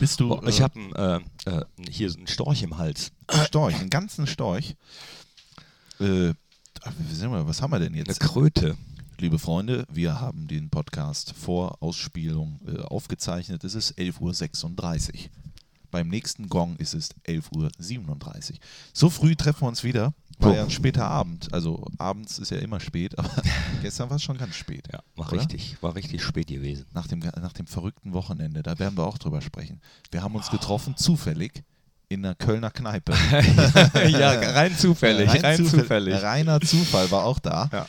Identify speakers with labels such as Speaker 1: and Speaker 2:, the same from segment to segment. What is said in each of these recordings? Speaker 1: Bist du.
Speaker 2: Boah, ich habe äh, äh, hier so einen Storch im Hals.
Speaker 1: einen Storch, einen ganzen Storch. Äh, ach, wir sind mal- was haben wir denn
Speaker 2: Eine
Speaker 1: jetzt?
Speaker 2: Kröte.
Speaker 1: Liebe Freunde, wir haben den Podcast vor Ausspielung äh, aufgezeichnet. Es ist 11.36 Uhr. Beim nächsten Gong ist es 11.37 Uhr. So früh treffen wir uns wieder, war
Speaker 2: Oh.
Speaker 1: ja ein später Abend. Also abends ist ja immer spät, aber gestern war es schon ganz spät.
Speaker 2: Ja, war
Speaker 1: Oder?
Speaker 2: richtig, war richtig spät gewesen.
Speaker 1: Nach dem, nach dem verrückten Wochenende, da werden wir auch drüber sprechen. Wir haben uns getroffen, zufällig, in einer Kölner Kneipe.
Speaker 2: ja, rein zufällig, rein,
Speaker 1: Äh, Zufall-
Speaker 2: zufällig.
Speaker 1: Reiner Zufall war auch da.
Speaker 2: Ja.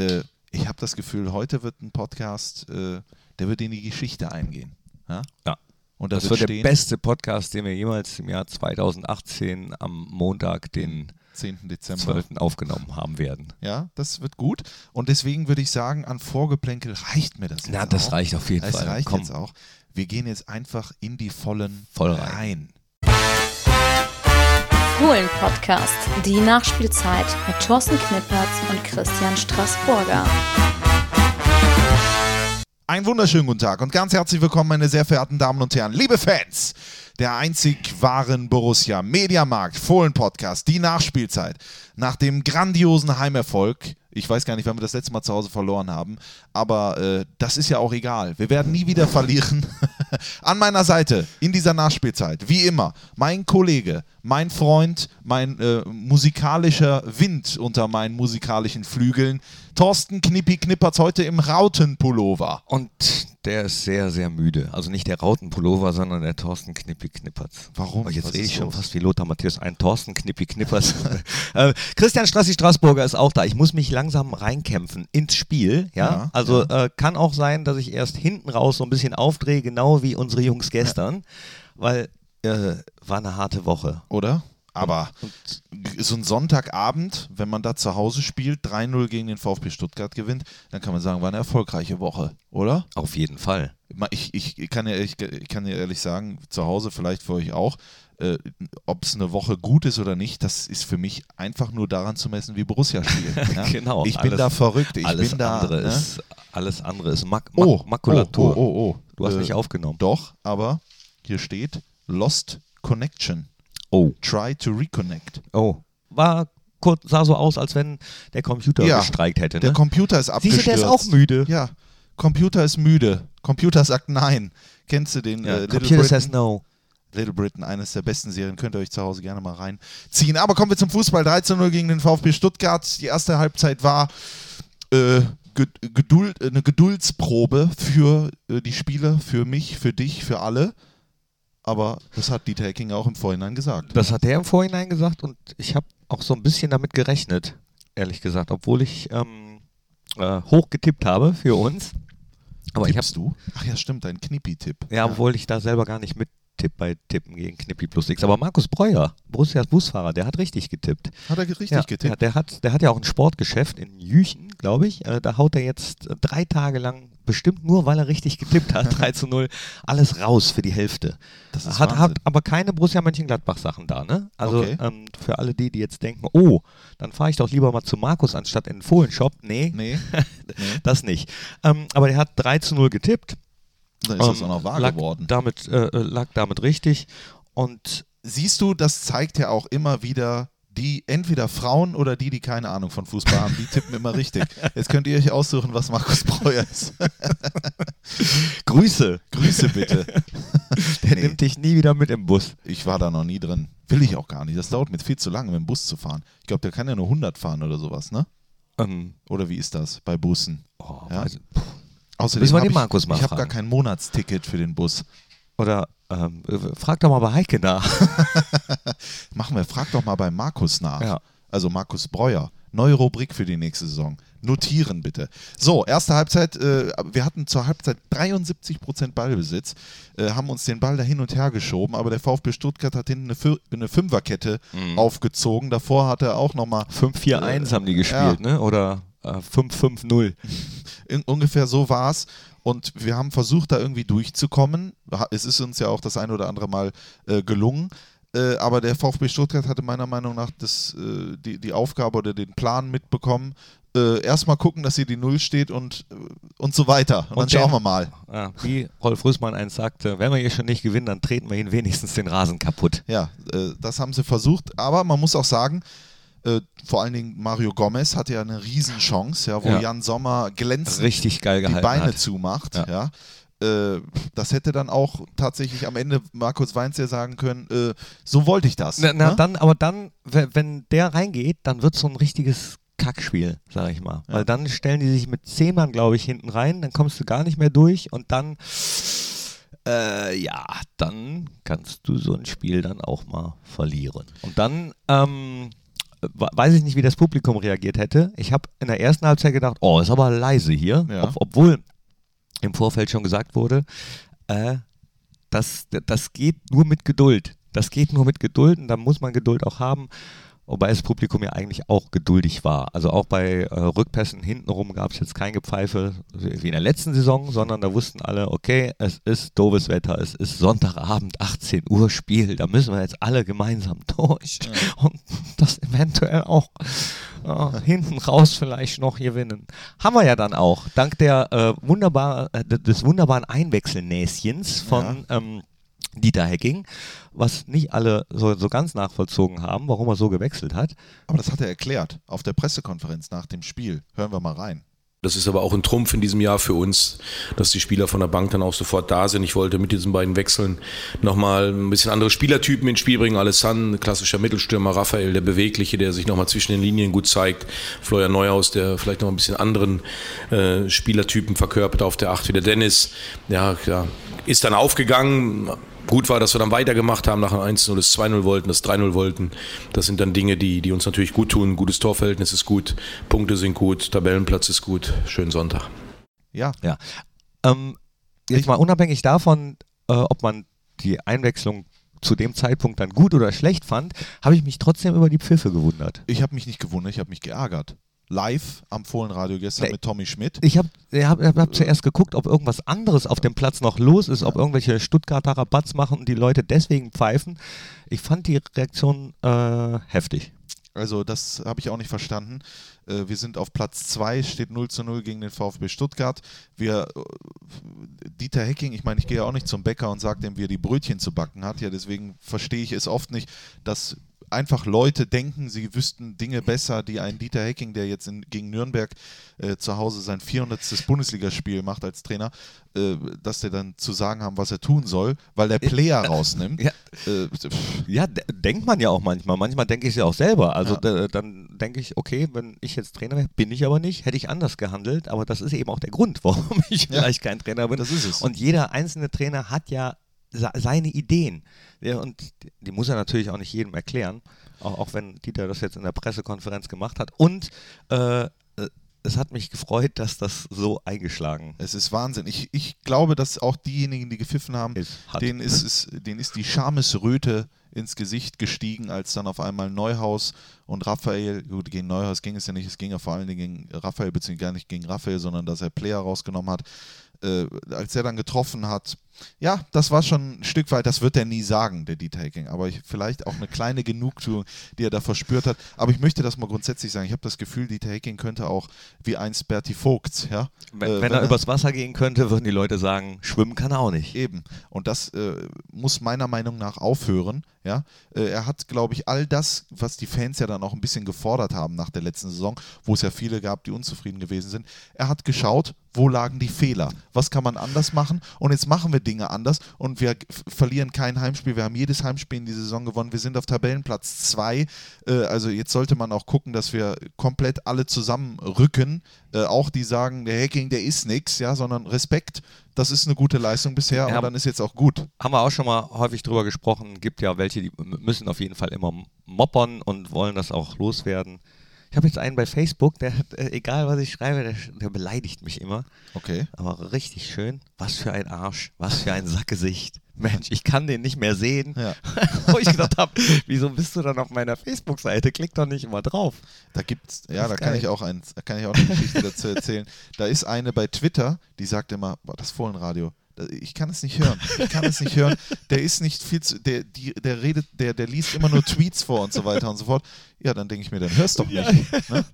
Speaker 1: Äh, ich habe das Gefühl, heute wird ein Podcast, äh, der wird in die Geschichte eingehen. Ja?
Speaker 2: Ja.
Speaker 1: Und da
Speaker 2: Das
Speaker 1: wird
Speaker 2: wird
Speaker 1: stehen,
Speaker 2: der beste Podcast, den wir jemals im Jahr 2018 am Montag, den
Speaker 1: 10. Dezember.
Speaker 2: 12. aufgenommen haben werden.
Speaker 1: Ja, das wird gut. Und deswegen würde ich sagen, an Vorgeplänkel reicht mir das.
Speaker 2: Na,
Speaker 1: jetzt
Speaker 2: das
Speaker 1: auch.
Speaker 2: reicht auf jeden
Speaker 1: Das
Speaker 2: Fall.
Speaker 1: reicht
Speaker 2: Komm.
Speaker 1: jetzt auch. Wir gehen jetzt einfach in die vollen
Speaker 2: Voll rein.
Speaker 3: Fohlen Podcast, die Nachspielzeit mit Thorsten Knippertz und Christian Straßburger.
Speaker 1: Einen wunderschönen guten Tag und ganz herzlich willkommen, meine sehr verehrten Damen und Herren, liebe Fans der einzig wahren Borussia Mediamarkt Fohlen Podcast, die Nachspielzeit nach dem grandiosen Heimerfolg. Ich weiß gar nicht, wann wir das letzte Mal zu Hause verloren haben, aber äh, das ist ja auch egal. Wir werden nie wieder verlieren. An meiner Seite in dieser Nachspielzeit, wie immer, mein Kollege, mein Freund, mein äh, musikalischer Wind unter meinen musikalischen Flügeln, Thorsten Knippi Knippertz heute im Rautenpullover.
Speaker 2: Und der ist sehr, sehr müde. Also nicht der Rautenpullover, sondern der Thorsten Knippi Knippertz.
Speaker 1: Warum?
Speaker 2: Aber
Speaker 1: Was
Speaker 2: jetzt rede
Speaker 1: ist
Speaker 2: ich schon
Speaker 1: los?
Speaker 2: fast wie Lothar Matthäus. Ein Thorsten Knippi Knippertz. äh, Christian Strassi Straßburger ist auch da. Ich muss mich langsam reinkämpfen ins Spiel. Ja.
Speaker 1: Ja,
Speaker 2: also Äh, kann auch sein, dass ich erst hinten raus so ein bisschen aufdrehe, genau wie unsere Jungs gestern. Weil äh, war eine harte Woche.
Speaker 1: oder? Aber g- so ein Sonntagabend, wenn man da zu Hause spielt, 3-0 gegen den VfB Stuttgart gewinnt, dann kann man sagen, war eine erfolgreiche Woche, oder?
Speaker 2: Auf jeden Fall.
Speaker 1: Ma- Ich, ich, ich, kann, ja, ich, ich kann ja ehrlich sagen, zu Hause vielleicht für euch auch, äh, ob es eine Woche gut ist oder nicht, das ist für mich einfach nur daran zu messen, wie Borussia spielt. ja?
Speaker 2: Genau,
Speaker 1: Ich bin
Speaker 2: alles-
Speaker 1: da verrückt. Ich
Speaker 2: alles
Speaker 1: bin da,
Speaker 2: andere
Speaker 1: ne?
Speaker 2: ist alles andere ist Mak
Speaker 1: oh,
Speaker 2: Mak Makulatur.
Speaker 1: Oh, oh, oh, oh.
Speaker 2: Du hast
Speaker 1: Äh,
Speaker 2: nicht aufgenommen.
Speaker 1: Doch, aber hier steht Lost Connection.
Speaker 2: Oh.
Speaker 1: Try to reconnect.
Speaker 2: Oh. War kurz, sah so aus, als wenn der Computer
Speaker 1: Ja,
Speaker 2: gestreikt hätte.
Speaker 1: Der
Speaker 2: Ne?
Speaker 1: Computer ist abgestürzt.
Speaker 2: Siehst du, der ist auch müde.
Speaker 1: Ja, Computer ist müde. Computer sagt nein. Kennst du den äh, Little,
Speaker 2: Computer says
Speaker 1: Britain?
Speaker 2: no.
Speaker 1: Little Britain? Eines der besten Serien. Könnt ihr euch zu Hause gerne mal reinziehen. Aber kommen wir zum Fußball. 13-0 gegen den VfB Stuttgart. Die erste Halbzeit war äh, ge- Geduld, äh, eine Geduldsprobe für äh, die Spieler, für mich, für dich, für alle. Aber das hat Dieter Hecking auch im Vorhinein gesagt.
Speaker 2: Das hat er im Vorhinein gesagt und ich habe auch so ein bisschen damit gerechnet, ehrlich gesagt, obwohl ich ähm, äh, hoch getippt habe für uns. Aber ich habe
Speaker 1: du? Ach ja, stimmt, dein Knippi-Tipp.
Speaker 2: ja, obwohl ich da selber gar nicht mit tipp bei Tippen gegen Knippi plus X. Aber Markus Breuer, Borussias Busfahrer, der hat richtig getippt.
Speaker 1: Hat er richtig
Speaker 2: ja,
Speaker 1: getippt?
Speaker 2: Ja, der, hat, der hat ja auch ein Sportgeschäft in Jüchen, glaube ich. Äh, da haut er jetzt äh, drei Tage lang, bestimmt nur weil er richtig getippt hat, 3 zu 0, alles raus für die Hälfte.
Speaker 1: Das ist
Speaker 2: hat, hat
Speaker 1: Wahnsinn.
Speaker 2: aber keine Borussia Mönchengladbach-Sachen da, ne? Also
Speaker 1: Okay.
Speaker 2: ähm, für alle die, die jetzt denken, oh, dann fahre ich doch lieber mal zu Markus anstatt in den Fohlenshop. Nee,
Speaker 1: Nee, nee.
Speaker 2: das nicht. Ähm, aber der hat 3 zu 0 getippt.
Speaker 1: Dann ist das
Speaker 2: Ähm,
Speaker 1: auch noch wahr
Speaker 2: lag
Speaker 1: geworden.
Speaker 2: Damit, äh, äh, lag damit richtig. Und
Speaker 1: siehst du, das zeigt ja auch immer wieder die entweder Frauen oder die, die keine Ahnung von Fußball haben, die tippen immer richtig. Jetzt könnt ihr euch aussuchen, was Markus Breuer ist.
Speaker 2: Grüße.
Speaker 1: Grüße bitte.
Speaker 2: Der
Speaker 1: Nee.
Speaker 2: nimmt dich nie wieder mit im Bus.
Speaker 1: Ich war da noch nie drin. Will ich auch gar nicht. Das dauert mir viel zu lange, mit dem Bus zu fahren. Ich glaube, der kann ja nur 100 fahren oder sowas, ne?
Speaker 2: Ähm,
Speaker 1: Oder wie ist das bei Bussen?
Speaker 2: oh,
Speaker 1: Ja.
Speaker 2: weiß-
Speaker 1: Außerdem
Speaker 2: Müssen wir
Speaker 1: hab
Speaker 2: den
Speaker 1: ich,
Speaker 2: Markus mal
Speaker 1: ich habe gar
Speaker 2: fragen.
Speaker 1: kein Monatsticket für den Bus.
Speaker 2: Oder ähm, äh, frag doch mal bei Heike nach.
Speaker 1: Machen wir, frag doch mal bei Markus nach.
Speaker 2: Ja.
Speaker 1: Also Markus Breuer. Neue Rubrik für die nächste Saison. Notieren bitte. So, erste Halbzeit. Äh, wir hatten zur Halbzeit 73% Ballbesitz, äh, haben uns den Ball da hin und her geschoben, aber der VfB Stuttgart hat hinten eine, Fü eine Fünferkette aufgezogen. Davor hat er auch nochmal
Speaker 2: 5-4-1 haben die gespielt, ne? Oder äh, 5-5-0.
Speaker 1: In, ungefähr so war es. Und wir haben versucht, da irgendwie durchzukommen. Ha- Es ist uns ja auch das ein oder andere Mal äh, gelungen. Äh, aber der VfB Stuttgart hatte meiner Meinung nach das, äh, die, die Aufgabe oder den Plan mitbekommen, äh, erstmal gucken, dass hier die Null steht und, äh, und so weiter. Und,
Speaker 2: Und
Speaker 1: dann schauen wir
Speaker 2: der-
Speaker 1: mal.
Speaker 2: Ah, wie Rolf Rüssmann eins sagte, wenn wir hier schon nicht gewinnen, dann treten wir ihnen wenigstens den Rasen kaputt.
Speaker 1: Ja, äh, das haben sie versucht. Aber man muss auch sagen, äh, vor allen Dingen Mario Gomez hatte ja eine Riesenchance, ja, wo
Speaker 2: Ja.
Speaker 1: Jan Sommer glänzend
Speaker 2: Richtig geil
Speaker 1: die
Speaker 2: gehalten
Speaker 1: Beine
Speaker 2: hat.
Speaker 1: zumacht. Ja.
Speaker 2: Ja.
Speaker 1: Äh, das hätte dann auch tatsächlich am Ende Markus Weinz ja sagen können, äh, so wollte ich das.
Speaker 2: Na, na,
Speaker 1: ne?
Speaker 2: dann, aber dann, we- wenn der reingeht, dann wird so ein richtiges Kackspiel, sag ich mal. Weil dann stellen die sich mit zehn Mann, glaube ich, hinten rein, dann kommst du gar nicht mehr durch und dann, äh, ja, dann kannst du so ein Spiel dann auch mal verlieren. Und dann, ähm, we- weiß ich nicht, wie das Publikum reagiert hätte. Ich habe in der ersten Halbzeit gedacht, oh, ist aber leise hier,
Speaker 1: Ja.
Speaker 2: ob, obwohl im Vorfeld schon gesagt wurde, äh, das, das geht nur mit Geduld. Das geht nur mit Geduld und da muss man Geduld auch haben. Wobei das Publikum ja eigentlich auch geduldig war. Also auch bei äh, Rückpässen hintenrum gab es jetzt kein Gepfeife wie in der letzten Saison, sondern da wussten alle, okay, es ist doofes Wetter, es ist Sonntagabend, 18 Uhr Spiel, da müssen wir jetzt alle gemeinsam durch und das eventuell auch äh, hinten raus vielleicht noch gewinnen. Haben wir ja dann auch, dank der, äh, wunderbar, äh, des wunderbaren Einwechselnäschens von ähm, Dieter Hecking, was nicht alle so, so ganz nachvollzogen haben, warum er so gewechselt hat.
Speaker 1: Aber das hat er erklärt auf der Pressekonferenz nach dem Spiel. Hören wir mal rein.
Speaker 4: Das ist aber auch ein Trumpf in diesem Jahr für uns, dass die Spieler von der Bank dann auch sofort da sind. Ich wollte mit diesen beiden Wechseln nochmal ein bisschen andere Spielertypen ins Spiel bringen. Alessandro, klassischer Mittelstürmer, Raphael, der Bewegliche, der sich nochmal zwischen den Linien gut zeigt. Florian Neuhaus, der vielleicht noch ein bisschen anderen äh, Spielertypen verkörpert. Auf der Acht wieder Dennis. Ja, ja, ist dann aufgegangen. Gut war, dass wir dann weitergemacht haben, nach dem 1-0 das 2-0 wollten, das 3-0 wollten. Das sind dann Dinge, die, die uns natürlich gut tun. Gutes Torverhältnis ist gut, Punkte sind gut, Tabellenplatz ist gut. Schönen Sonntag.
Speaker 1: Ja,
Speaker 2: Ja. Ähm, jetzt
Speaker 1: Ich-
Speaker 2: mal unabhängig davon, äh, ob man die Einwechslung zu dem Zeitpunkt dann gut oder schlecht fand, habe ich mich trotzdem über die Pfiffe gewundert.
Speaker 1: ich habe mich nicht gewundert, ich habe mich geärgert. Live am Fohlenradio gestern
Speaker 2: Nee.
Speaker 1: mit Tommy Schmidt.
Speaker 2: Ich habe hab, hab, hab zuerst geguckt, ob irgendwas anderes auf dem Platz noch los ist, ob irgendwelche Stuttgarter Rabatz machen und die Leute deswegen pfeifen. Ich fand die Reaktion äh, heftig.
Speaker 1: Also das habe ich auch nicht verstanden. Äh, wir sind auf Platz 2, steht 0 zu 0 gegen den VfB Stuttgart. Wir, äh, Dieter Hecking, ich meine, ich gehe ja auch nicht zum Bäcker und sage dem, wie er die Brötchen zu backen hat. Ja, deswegen verstehe ich es oft nicht, dass einfach Leute denken, sie wüssten Dinge besser, die ein Dieter Hecking, der jetzt in, gegen Nürnberg äh, zu Hause sein 400. Bundesligaspiel macht als Trainer, äh, dass der dann zu sagen haben, was er tun soll, weil der Player rausnimmt.
Speaker 2: Ja.
Speaker 1: Äh, pff,
Speaker 2: Ja, de- denkt man ja auch manchmal. Manchmal denke ich es ja auch selber. Also da- dann denke ich, okay, wenn ich jetzt Trainer wäre, bin ich aber nicht, hätte ich anders gehandelt. Aber das ist eben auch der Grund, warum ich
Speaker 1: Ja.
Speaker 2: vielleicht kein Trainer bin.
Speaker 1: Das ist es.
Speaker 2: Und jeder einzelne Trainer hat ja se- seine Ideen. Ja, Und die muss er natürlich auch nicht jedem erklären, auch, auch wenn Dieter das jetzt in der Pressekonferenz gemacht hat. Und äh, äh, es hat mich gefreut, dass das so eingeschlagen
Speaker 1: Es ist Wahnsinn. Ich, ich glaube, dass auch diejenigen, die gepfiffen haben,
Speaker 2: ist. Hat.
Speaker 1: denen ist, es, denen ist die Schamesröte ins Gesicht gestiegen, als dann auf einmal Neuhaus und Raphael, gut, gegen Neuhaus ging es ja nicht, es ging ja vor allen Dingen gegen Raphael, beziehungsweise gar nicht gegen Raphael, sondern dass er Player rausgenommen hat. Äh, als er dann getroffen hat, ja, das war schon ein Stück weit, das wird er nie sagen, der Detaking, aber ich, vielleicht auch eine kleine Genugtuung, die er da verspürt hat. Aber ich möchte das mal grundsätzlich sagen. Ich habe das Gefühl, Detaking könnte auch wie einst Berti Vogt, ja.
Speaker 2: wenn,
Speaker 1: Äh,
Speaker 2: wenn er übers Wasser gehen könnte, würden die Leute sagen, schwimmen kann er auch nicht.
Speaker 1: Eben. Und das äh, muss meiner Meinung nach aufhören. Ja? Äh, er hat, glaube ich, all das, was die Fans ja dann auch ein bisschen gefordert haben nach der letzten Saison, wo es ja viele gab, die unzufrieden gewesen sind. Er hat geschaut, wo lagen die Fehler? Was kann man anders machen? Und jetzt machen wir Dinge anders und wir f- verlieren kein Heimspiel. Wir haben jedes Heimspiel in dieser Saison gewonnen. Wir sind auf Tabellenplatz 2. Äh, also jetzt sollte man auch gucken, dass wir komplett alle zusammenrücken. Äh, auch die sagen, der Hacking, der ist nix, ja, sondern Respekt. Das ist eine gute Leistung bisher
Speaker 2: Ja.
Speaker 1: und dann ist jetzt auch gut.
Speaker 2: haben wir auch schon mal häufig drüber gesprochen. Gibt ja welche, die m- müssen auf jeden Fall immer m- moppern und wollen das auch loswerden. Ich habe jetzt einen bei Facebook, der hat, äh, egal was ich schreibe, der, sch- der beleidigt mich immer.
Speaker 1: Okay.
Speaker 2: Aber richtig schön. Was für ein Arsch, was für ein Sackgesicht. Mensch, ich kann den nicht mehr sehen.
Speaker 1: Ja.
Speaker 2: Wo ich gedacht habe, wieso bist du dann auf meiner Facebook-Seite? Klick doch nicht immer drauf.
Speaker 1: Da gibt's, ja,
Speaker 2: Das ist
Speaker 1: da kann
Speaker 2: geil.
Speaker 1: ich auch eins, da kann ich auch eine Geschichte dazu erzählen. Da ist eine bei Twitter, die sagt immer, boah, das Fohlenradio. da- Ich kann es nicht hören. Ich kann es nicht hören. Der ist nicht viel zu, der, die, der redet, der, der liest immer nur Tweets vor und so weiter und so fort. Ja, dann denke ich mir, dann hörst doch nicht. Ne?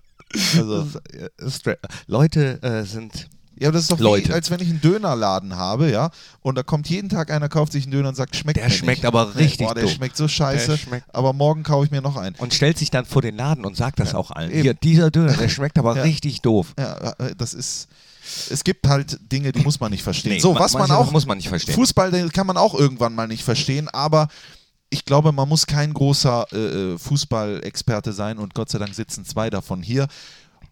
Speaker 1: Also,
Speaker 2: äh, Stra- Leute äh, sind.
Speaker 1: ja, aber das ist doch wie,
Speaker 2: Leute.
Speaker 1: als wenn ich einen Dönerladen habe, ja, und da kommt jeden Tag einer, kauft sich einen Döner und sagt, schmeckt
Speaker 2: Der
Speaker 1: mir
Speaker 2: schmeckt
Speaker 1: nicht.
Speaker 2: aber richtig
Speaker 1: Boah, der
Speaker 2: dumm.
Speaker 1: schmeckt so scheiße,
Speaker 2: Der schmeckt-
Speaker 1: aber morgen kaufe ich mir noch einen.
Speaker 2: Und stellt sich dann vor den Laden und sagt das auch allen.
Speaker 1: eben.
Speaker 2: Hier, dieser Döner, der schmeckt aber
Speaker 1: Ja.
Speaker 2: richtig doof.
Speaker 1: Ja, äh, das ist. Es gibt halt Dinge, die muss man nicht verstehen.
Speaker 2: Nee,
Speaker 1: so,
Speaker 2: ma-
Speaker 1: was man
Speaker 2: manche
Speaker 1: auch.
Speaker 2: Sachen muss man nicht verstehen.
Speaker 1: Fußball den kann man auch irgendwann mal nicht verstehen, aber ich glaube, man muss kein großer äh, äh, Fußballexperte sein und Gott sei Dank sitzen zwei davon hier.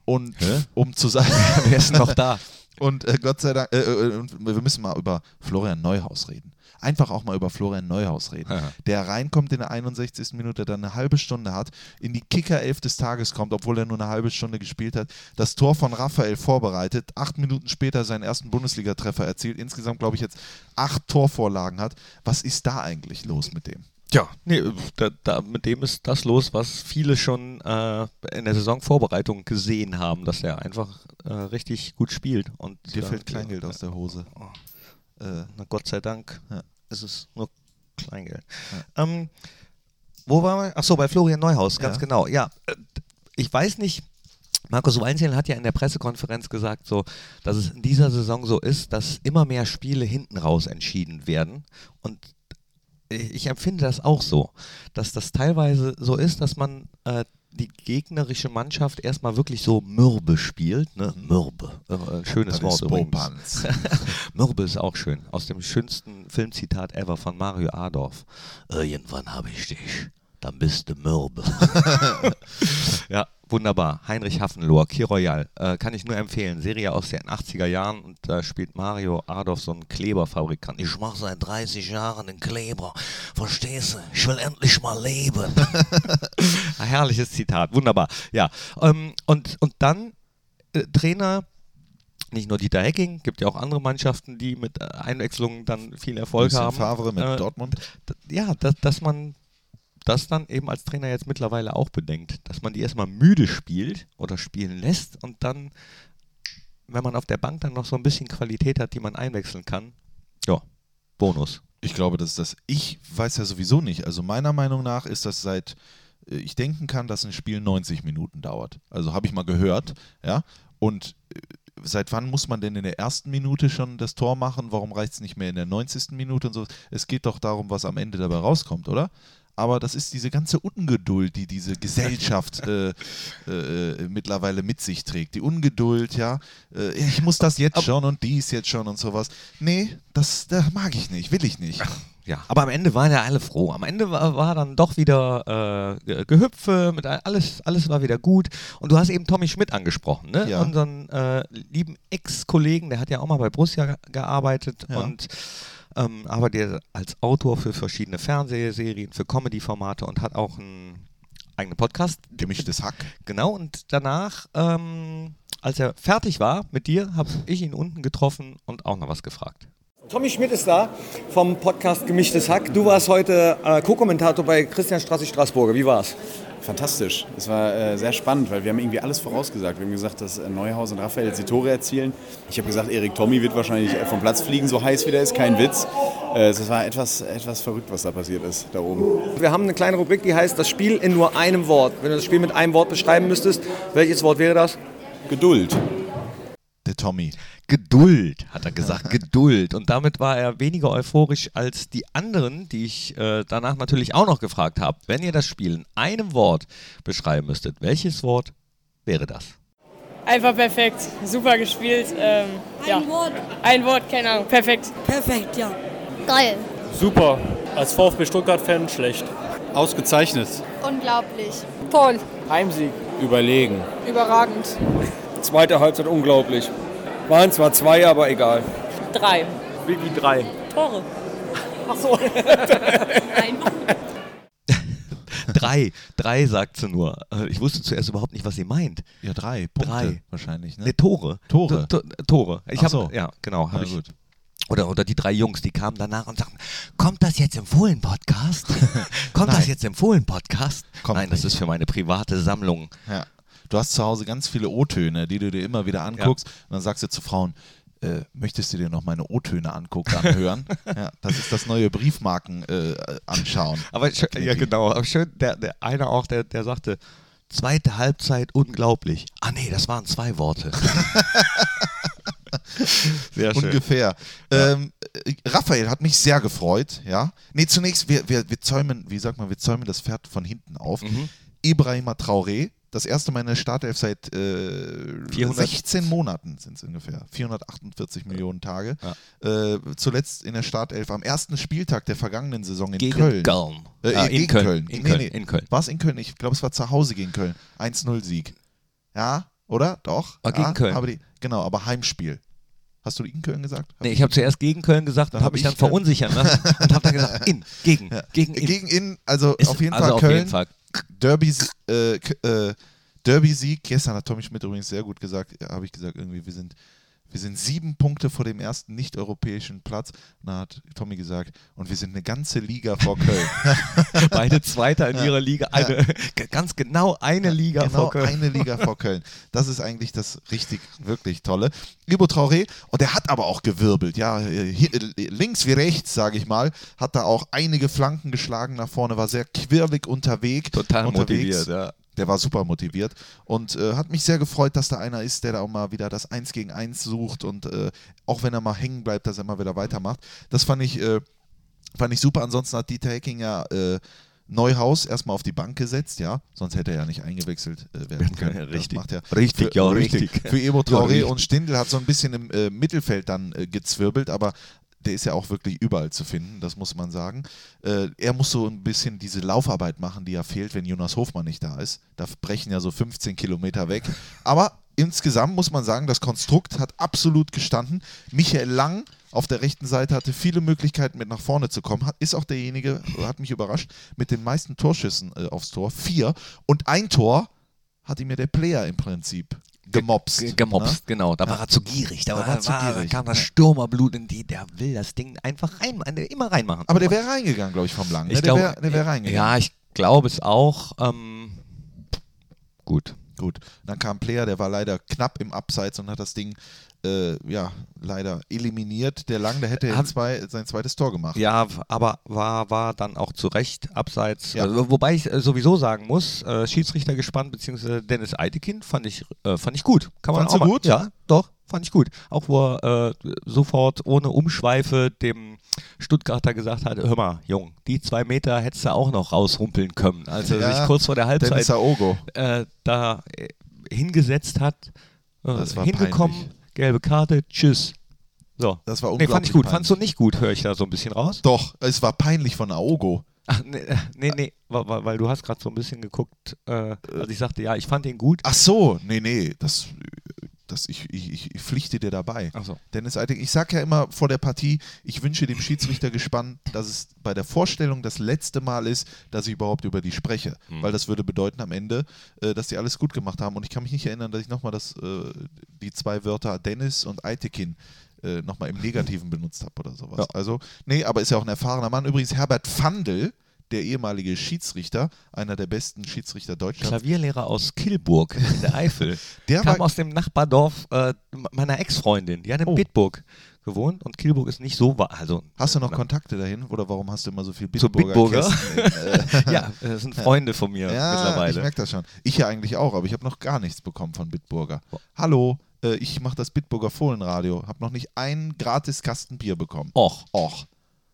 Speaker 1: Und um zu sagen.
Speaker 2: Wer ist denn noch da?
Speaker 1: Und äh, Gott sei Dank, äh, äh, und wir müssen mal über Florian Neuhaus reden. Einfach auch mal über Florian Neuhaus reden.
Speaker 2: Ja.
Speaker 1: Der reinkommt in der 61. Minute, dann eine halbe Stunde hat, in die Kicker-Elf des Tages kommt, obwohl er nur eine halbe Stunde gespielt hat, das Tor von Raphael vorbereitet, acht Minuten später seinen ersten Bundesliga-Treffer erzielt, insgesamt glaube ich jetzt acht Torvorlagen hat. Was ist da eigentlich los mit dem?
Speaker 2: Ja, nee, da, da, mit dem ist das los, was viele schon äh, in der Saisonvorbereitung gesehen haben, dass er einfach äh, richtig gut spielt. Und
Speaker 1: Dir
Speaker 2: da-
Speaker 1: fällt Kleingeld aus der Hose.
Speaker 2: Oh.
Speaker 1: Äh,
Speaker 2: Na, Gott sei Dank
Speaker 1: Ja.
Speaker 2: ist es nur Kleingeld. Ähm, wo waren wir? Achso, bei Florian Neuhaus, ganz
Speaker 1: Ja.
Speaker 2: genau. Ja, äh, ich weiß nicht. Markus Weinzel hat ja in der Pressekonferenz gesagt, so, dass es in dieser Saison so ist, dass immer mehr Spiele hinten raus entschieden werden. Und ich ich empfinde das auch so, dass das teilweise so ist, dass man äh, die gegnerische Mannschaft erstmal wirklich so mürbe spielt. Ne? Mürbe, äh, ein schönes
Speaker 1: das
Speaker 2: Wort
Speaker 1: ist
Speaker 2: übrigens.
Speaker 1: Popanz.
Speaker 2: Mürbe ist auch schön. Aus dem schönsten Filmzitat ever von Mario Adorf. Irgendwann habe ich dich. Dann bist du Mürbe. ja, wunderbar. Heinrich Hafenlohr, Kiroyal. Äh, kann ich nur empfehlen. Serie aus den 80er Jahren und da spielt Mario Adorf so einen Kleberfabrikant. Ich mache seit 30 Jahren einen Kleber. Verstehst du? Ich will endlich mal leben. Ein Ah, herrliches Zitat. Wunderbar. Ja. Ähm, und, und dann äh, Trainer nicht nur Dieter Hecking, gibt ja auch andere Mannschaften, die mit äh, Einwechslungen dann viel Erfolg
Speaker 1: Lucien
Speaker 2: haben.
Speaker 1: Favre mit
Speaker 2: Äh,
Speaker 1: Dortmund.
Speaker 2: d- ja, dass, dass man das dann eben als Trainer jetzt mittlerweile auch bedenkt, dass man die erstmal müde spielt oder spielen lässt und dann, wenn man auf der Bank dann noch so ein bisschen Qualität hat, die man einwechseln kann, ja, Bonus.
Speaker 1: Ich glaube, dass das. Ich weiß ja sowieso nicht. Also meiner Meinung nach ist das seit äh, ich denken kann, dass ein Spiel 90 Minuten dauert. Also habe ich mal gehört, ja. Und äh, seit wann muss man denn in der ersten Minute schon das Tor machen? Warum reicht es nicht mehr in der 90. Minute und so? Es geht doch darum, was am Ende dabei rauskommt, oder? Aber das ist diese ganze Ungeduld, die diese Gesellschaft äh, äh, mittlerweile mit sich trägt. Die Ungeduld, ja, äh, ich muss das jetzt schon und dies jetzt schon und sowas. Nee, das, das mag ich nicht, will ich nicht.
Speaker 2: Ja, aber am Ende waren ja alle froh. Am Ende war, war dann doch wieder äh, Ge- Gehüpfe, mit all- alles, alles war wieder gut. Und du hast eben Tommy Schmidt angesprochen, ne?
Speaker 1: Ja.
Speaker 2: unseren äh, lieben Ex-Kollegen, der hat ja auch mal bei Borussia ge- gearbeitet
Speaker 1: Ja.
Speaker 2: und ähm, arbeitet als Autor für verschiedene Fernsehserien, für Comedy-Formate und hat auch einen eigenen Podcast.
Speaker 1: Gemischtes Hack.
Speaker 2: Genau, und danach, ähm, als er fertig war mit dir, habe ich ihn unten getroffen und auch noch was gefragt.
Speaker 5: Tommy Schmidt ist da vom Podcast Gemischtes Hack. Du warst heute äh, Co-Kommentator bei Christian Strassi Straßburger. Wie war's?
Speaker 6: Fantastisch. Es war äh, sehr spannend, weil wir haben irgendwie alles vorausgesagt. Wir haben gesagt, dass äh, Neuhaus und Raphael sie Tore erzielen. Ich habe gesagt, Erik Tommy wird wahrscheinlich äh, vom Platz fliegen, so heiß wie der ist, kein Witz. Äh, Es war etwas, etwas verrückt, was da passiert ist, da oben.
Speaker 5: Wir haben eine kleine Rubrik, die heißt das Spiel in nur einem Wort. Wenn du das Spiel mit einem Wort beschreiben müsstest, welches Wort wäre das?
Speaker 6: Geduld.
Speaker 1: Der Tommy.
Speaker 2: Geduld, hat er gesagt, Geduld. Und damit war er weniger euphorisch als die anderen, die ich äh, danach natürlich auch noch gefragt habe. Wenn ihr das Spiel in einem Wort beschreiben müsstet, welches Wort wäre das?
Speaker 7: Einfach perfekt, super gespielt. Ähm, ja.
Speaker 8: Wort.
Speaker 7: Ein Wort, keine Ahnung, perfekt.
Speaker 8: Perfekt, ja. Geil.
Speaker 9: Super. Als VfB Stuttgart-Fan schlecht.
Speaker 6: Ausgezeichnet.
Speaker 8: Unglaublich.
Speaker 7: Toll.
Speaker 5: Heimsieg.
Speaker 6: Überlegen.
Speaker 7: Überragend.
Speaker 5: Zweite Halbzeit unglaublich. Waren zwar zwei, aber egal.
Speaker 7: Drei.
Speaker 5: Wie, drei.
Speaker 7: Tore.
Speaker 2: Drei, drei sagt sie nur. Äh, Ich wusste zuerst überhaupt nicht, was sie meint.
Speaker 1: Ja, drei Punkte
Speaker 2: Drei.
Speaker 1: wahrscheinlich. Ne?
Speaker 2: Ne, Tore.
Speaker 1: Tore.
Speaker 2: T -t Tore. Ich
Speaker 1: Ach
Speaker 2: hab,
Speaker 1: so.
Speaker 2: Ja, genau.
Speaker 1: Na
Speaker 2: Hab ich,
Speaker 1: gut.
Speaker 2: Oder, oder die drei Jungs, die kamen danach und sagten, kommt das jetzt im Fohlen-Podcast? kommt das
Speaker 1: Nein.
Speaker 2: jetzt im Fohlen-Podcast?
Speaker 1: Kommt
Speaker 2: Nein, das
Speaker 1: nicht.
Speaker 2: ist für meine private Sammlung.
Speaker 1: Ja. Du hast zu Hause ganz viele O-Töne, die du dir immer wieder anguckst. Und dann sagst du zu Frauen, äh, möchtest du dir noch meine O-Töne angucken, anhören? ja, das ist das neue Briefmarken äh, anschauen.
Speaker 2: Aber schön, ja, genau. Aber schön, der, der einer auch, der, der sagte, Zweite Halbzeit unglaublich. Ah nee, das waren zwei Worte. Sehr
Speaker 1: Ungefähr. Ähm, äh, Raphael hat mich sehr gefreut, ja. Nee, zunächst, wir, wir, wir zäumen, wie sagt man, wir zäumen das Pferd von hinten auf.
Speaker 2: Mhm.
Speaker 1: Ibrahima Traoré, das erste Mal in der Startelf seit äh,
Speaker 2: 400
Speaker 1: 16 Monaten sind es ungefähr. 448 Millionen Tage. Äh, zuletzt in der Startelf am ersten Spieltag der vergangenen Saison in
Speaker 2: Gegen
Speaker 1: Köln.
Speaker 2: Köln.
Speaker 1: Äh,
Speaker 2: Ah,
Speaker 1: gegen Köln.
Speaker 2: In
Speaker 1: Nee,
Speaker 2: Köln.
Speaker 1: nee.
Speaker 2: In Köln.
Speaker 1: War es in Köln? Ich glaube, es war zu Hause gegen Köln. 1-0-Sieg. Ja, oder? Doch.
Speaker 2: War
Speaker 1: ja,
Speaker 2: Ah, gegen Köln.
Speaker 1: Aber die, genau, aber Heimspiel. Hast du in Köln gesagt?
Speaker 2: Nee, ich habe zuerst gegen Köln gesagt und
Speaker 1: Dann
Speaker 2: habe mich
Speaker 1: hab
Speaker 2: dann
Speaker 1: ich- äh,
Speaker 2: verunsichern lassen und habe dann gesagt, in, gegen, gegen, in.
Speaker 1: Gegen ihn, also
Speaker 2: Ist-
Speaker 1: auf jeden
Speaker 2: also
Speaker 1: Fall
Speaker 2: auf
Speaker 1: Köln.
Speaker 2: jeden Fall.
Speaker 1: Derby, äh, K- äh, Derby-Sieg. Gestern hat Tommy Schmidt übrigens sehr gut gesagt, äh, habe ich gesagt, irgendwie, wir sind, wir sind sieben Punkte vor dem ersten nicht-europäischen Platz. Na, hat Tommy gesagt, und wir sind eine ganze Liga vor Köln.
Speaker 2: Beide Zweiter in ihrer Liga, eine, ganz genau eine Liga
Speaker 1: genau
Speaker 2: vor Köln.
Speaker 1: eine Liga vor Köln. Das ist eigentlich das richtig, wirklich Tolle. Ibo Traoré, und der hat aber auch gewirbelt, ja, äh, hi- äh, links wie rechts, sage ich mal, hat da auch einige Flanken geschlagen nach vorne, war sehr quirlig unterwegs.
Speaker 2: Total
Speaker 1: unterwegs.
Speaker 2: motiviert, ja.
Speaker 1: Der war super motiviert und äh, hat mich sehr gefreut, dass da einer ist, der da auch mal wieder das Eins gegen Eins sucht und äh, auch wenn er mal hängen bleibt, dass er mal wieder weitermacht. Das fand ich, äh, fand ich super. Ansonsten hat Dieter Hecking ja äh, Neuhaus erstmal auf die Bank gesetzt, ja, sonst hätte er ja nicht eingewechselt äh, werden können.
Speaker 2: können,
Speaker 1: Das
Speaker 2: richtig.
Speaker 1: macht er
Speaker 2: Richtig,
Speaker 1: für,
Speaker 2: ja, richtig.
Speaker 1: Für Ebo
Speaker 2: Ja,
Speaker 1: Traoré
Speaker 2: richtig.
Speaker 1: und Stindl hat so ein bisschen im äh, Mittelfeld dann äh, gezwirbelt, aber der ist ja auch wirklich überall zu finden, das muss man sagen. Äh, er muss so ein bisschen diese Laufarbeit machen, die ja fehlt, wenn Jonas Hofmann nicht da ist. Da brechen ja so 15 Kilometer weg. Aber insgesamt muss man sagen, das Konstrukt hat absolut gestanden. Michael Lang auf der rechten Seite hatte viele Möglichkeiten, mit nach vorne zu kommen. Hat, ist auch derjenige, hat mich überrascht, mit den meisten Torschüssen äh, aufs Tor. Vier. Und ein Tor hat ihm ja der Player im Prinzip ne? gemobst.
Speaker 2: Ge- gemobst, genau. Da war er zu gierig. Da,
Speaker 1: Da
Speaker 2: war,
Speaker 1: war er zu
Speaker 2: war,
Speaker 1: gierig,
Speaker 2: kam das
Speaker 1: ja.
Speaker 2: Stürmerblut in die. Der will das Ding einfach rein, immer reinmachen.
Speaker 1: Aber der wäre reingegangen, glaube ich, vom Lang. Ne?
Speaker 2: ich
Speaker 1: der
Speaker 2: glaube,
Speaker 1: wäre der wär reingegangen.
Speaker 2: Ja, ich glaube es auch. Ähm, gut.
Speaker 1: Gut. Dann kam Player, der war leider knapp im Abseits und hat das Ding äh, ja leider eliminiert. Der Lang, der hätte
Speaker 2: Hab-
Speaker 1: zwei, sein zweites Tor gemacht.
Speaker 2: Ja, w- aber war, war dann auch zu Recht abseits.
Speaker 1: Ja.
Speaker 2: Also, wobei ich äh, sowieso sagen muss, äh, Schiedsrichter gespannt, beziehungsweise Dennis Eitekin fand ich, äh, fand ich gut. Kann man
Speaker 1: Fandst
Speaker 2: auch
Speaker 1: du
Speaker 2: mal,
Speaker 1: gut?
Speaker 2: Ja, doch, fand ich gut. Auch wo er äh, sofort ohne Umschweife dem Stuttgarter gesagt hat, hör mal, Jung, die zwei Meter hättest du auch noch rausrumpeln können. Als er
Speaker 1: Ja,
Speaker 2: sich also kurz vor der
Speaker 1: Dennis
Speaker 2: Halbzeit
Speaker 1: Aogo.
Speaker 2: äh, da äh, hingesetzt hat, äh,
Speaker 1: Das war
Speaker 2: hingekommen,
Speaker 1: peinlich.
Speaker 2: gelbe Karte, tschüss. So.
Speaker 1: Das war
Speaker 2: nee, fand
Speaker 1: unglaublich
Speaker 2: ich gut.
Speaker 1: peinlich.
Speaker 2: Fandst du nicht gut, höre ich da so ein bisschen raus?
Speaker 1: Doch, es war peinlich von Aogo.
Speaker 2: Ach, nee, äh, nee, nee weil, weil, weil du hast gerade so ein bisschen geguckt, äh, als ich sagte, ja, ich fand ihn gut.
Speaker 1: Ach so, nee, nee, das, das ich, ich, ich- ich pflichte dir dabei.
Speaker 2: Ach so.
Speaker 1: Dennis Eiting, ich sag ja immer vor der Partie, ich wünsche dem Schiedsrichter gespannt, dass es bei der Vorstellung das letzte Mal ist, dass ich überhaupt über die spreche. Weil das würde bedeuten am Ende, äh, dass die alles gut gemacht haben. Und ich kann mich nicht erinnern, dass ich nochmal das, äh, die zwei Wörter Dennis und Eitekin äh, nochmal im Negativen benutzt habe oder sowas.
Speaker 2: Ja.
Speaker 1: Also, nee, aber ist ja auch ein erfahrener Mann. Übrigens Herbert Fandel, der ehemalige Schiedsrichter, einer der besten Schiedsrichter Deutschlands,
Speaker 2: Klavierlehrer aus Kilburg in der Eifel.
Speaker 1: Der
Speaker 2: kam
Speaker 1: war-
Speaker 2: aus dem Nachbardorf äh, meiner Ex-Freundin. Die hat in
Speaker 1: Oh.
Speaker 2: Bitburg gewohnt und Kilburg ist nicht so weit. Also,
Speaker 1: Hast du noch
Speaker 2: na,
Speaker 1: Kontakte dahin? Oder warum hast du immer so viel
Speaker 2: Zu
Speaker 1: Bitburger?
Speaker 2: Bitburger?
Speaker 1: Kästen in, äh,
Speaker 2: ja, das sind Freunde von mir
Speaker 1: ja, ich
Speaker 2: mittlerweile.
Speaker 1: merke das schon. Ich ja eigentlich auch, aber ich habe noch gar nichts bekommen von Bitburger.
Speaker 2: Oh.
Speaker 1: Hallo, äh, ich mache das Bitburger Fohlenradio. Habe noch nicht einen gratis Kasten Bier bekommen.
Speaker 2: Och.
Speaker 1: Och.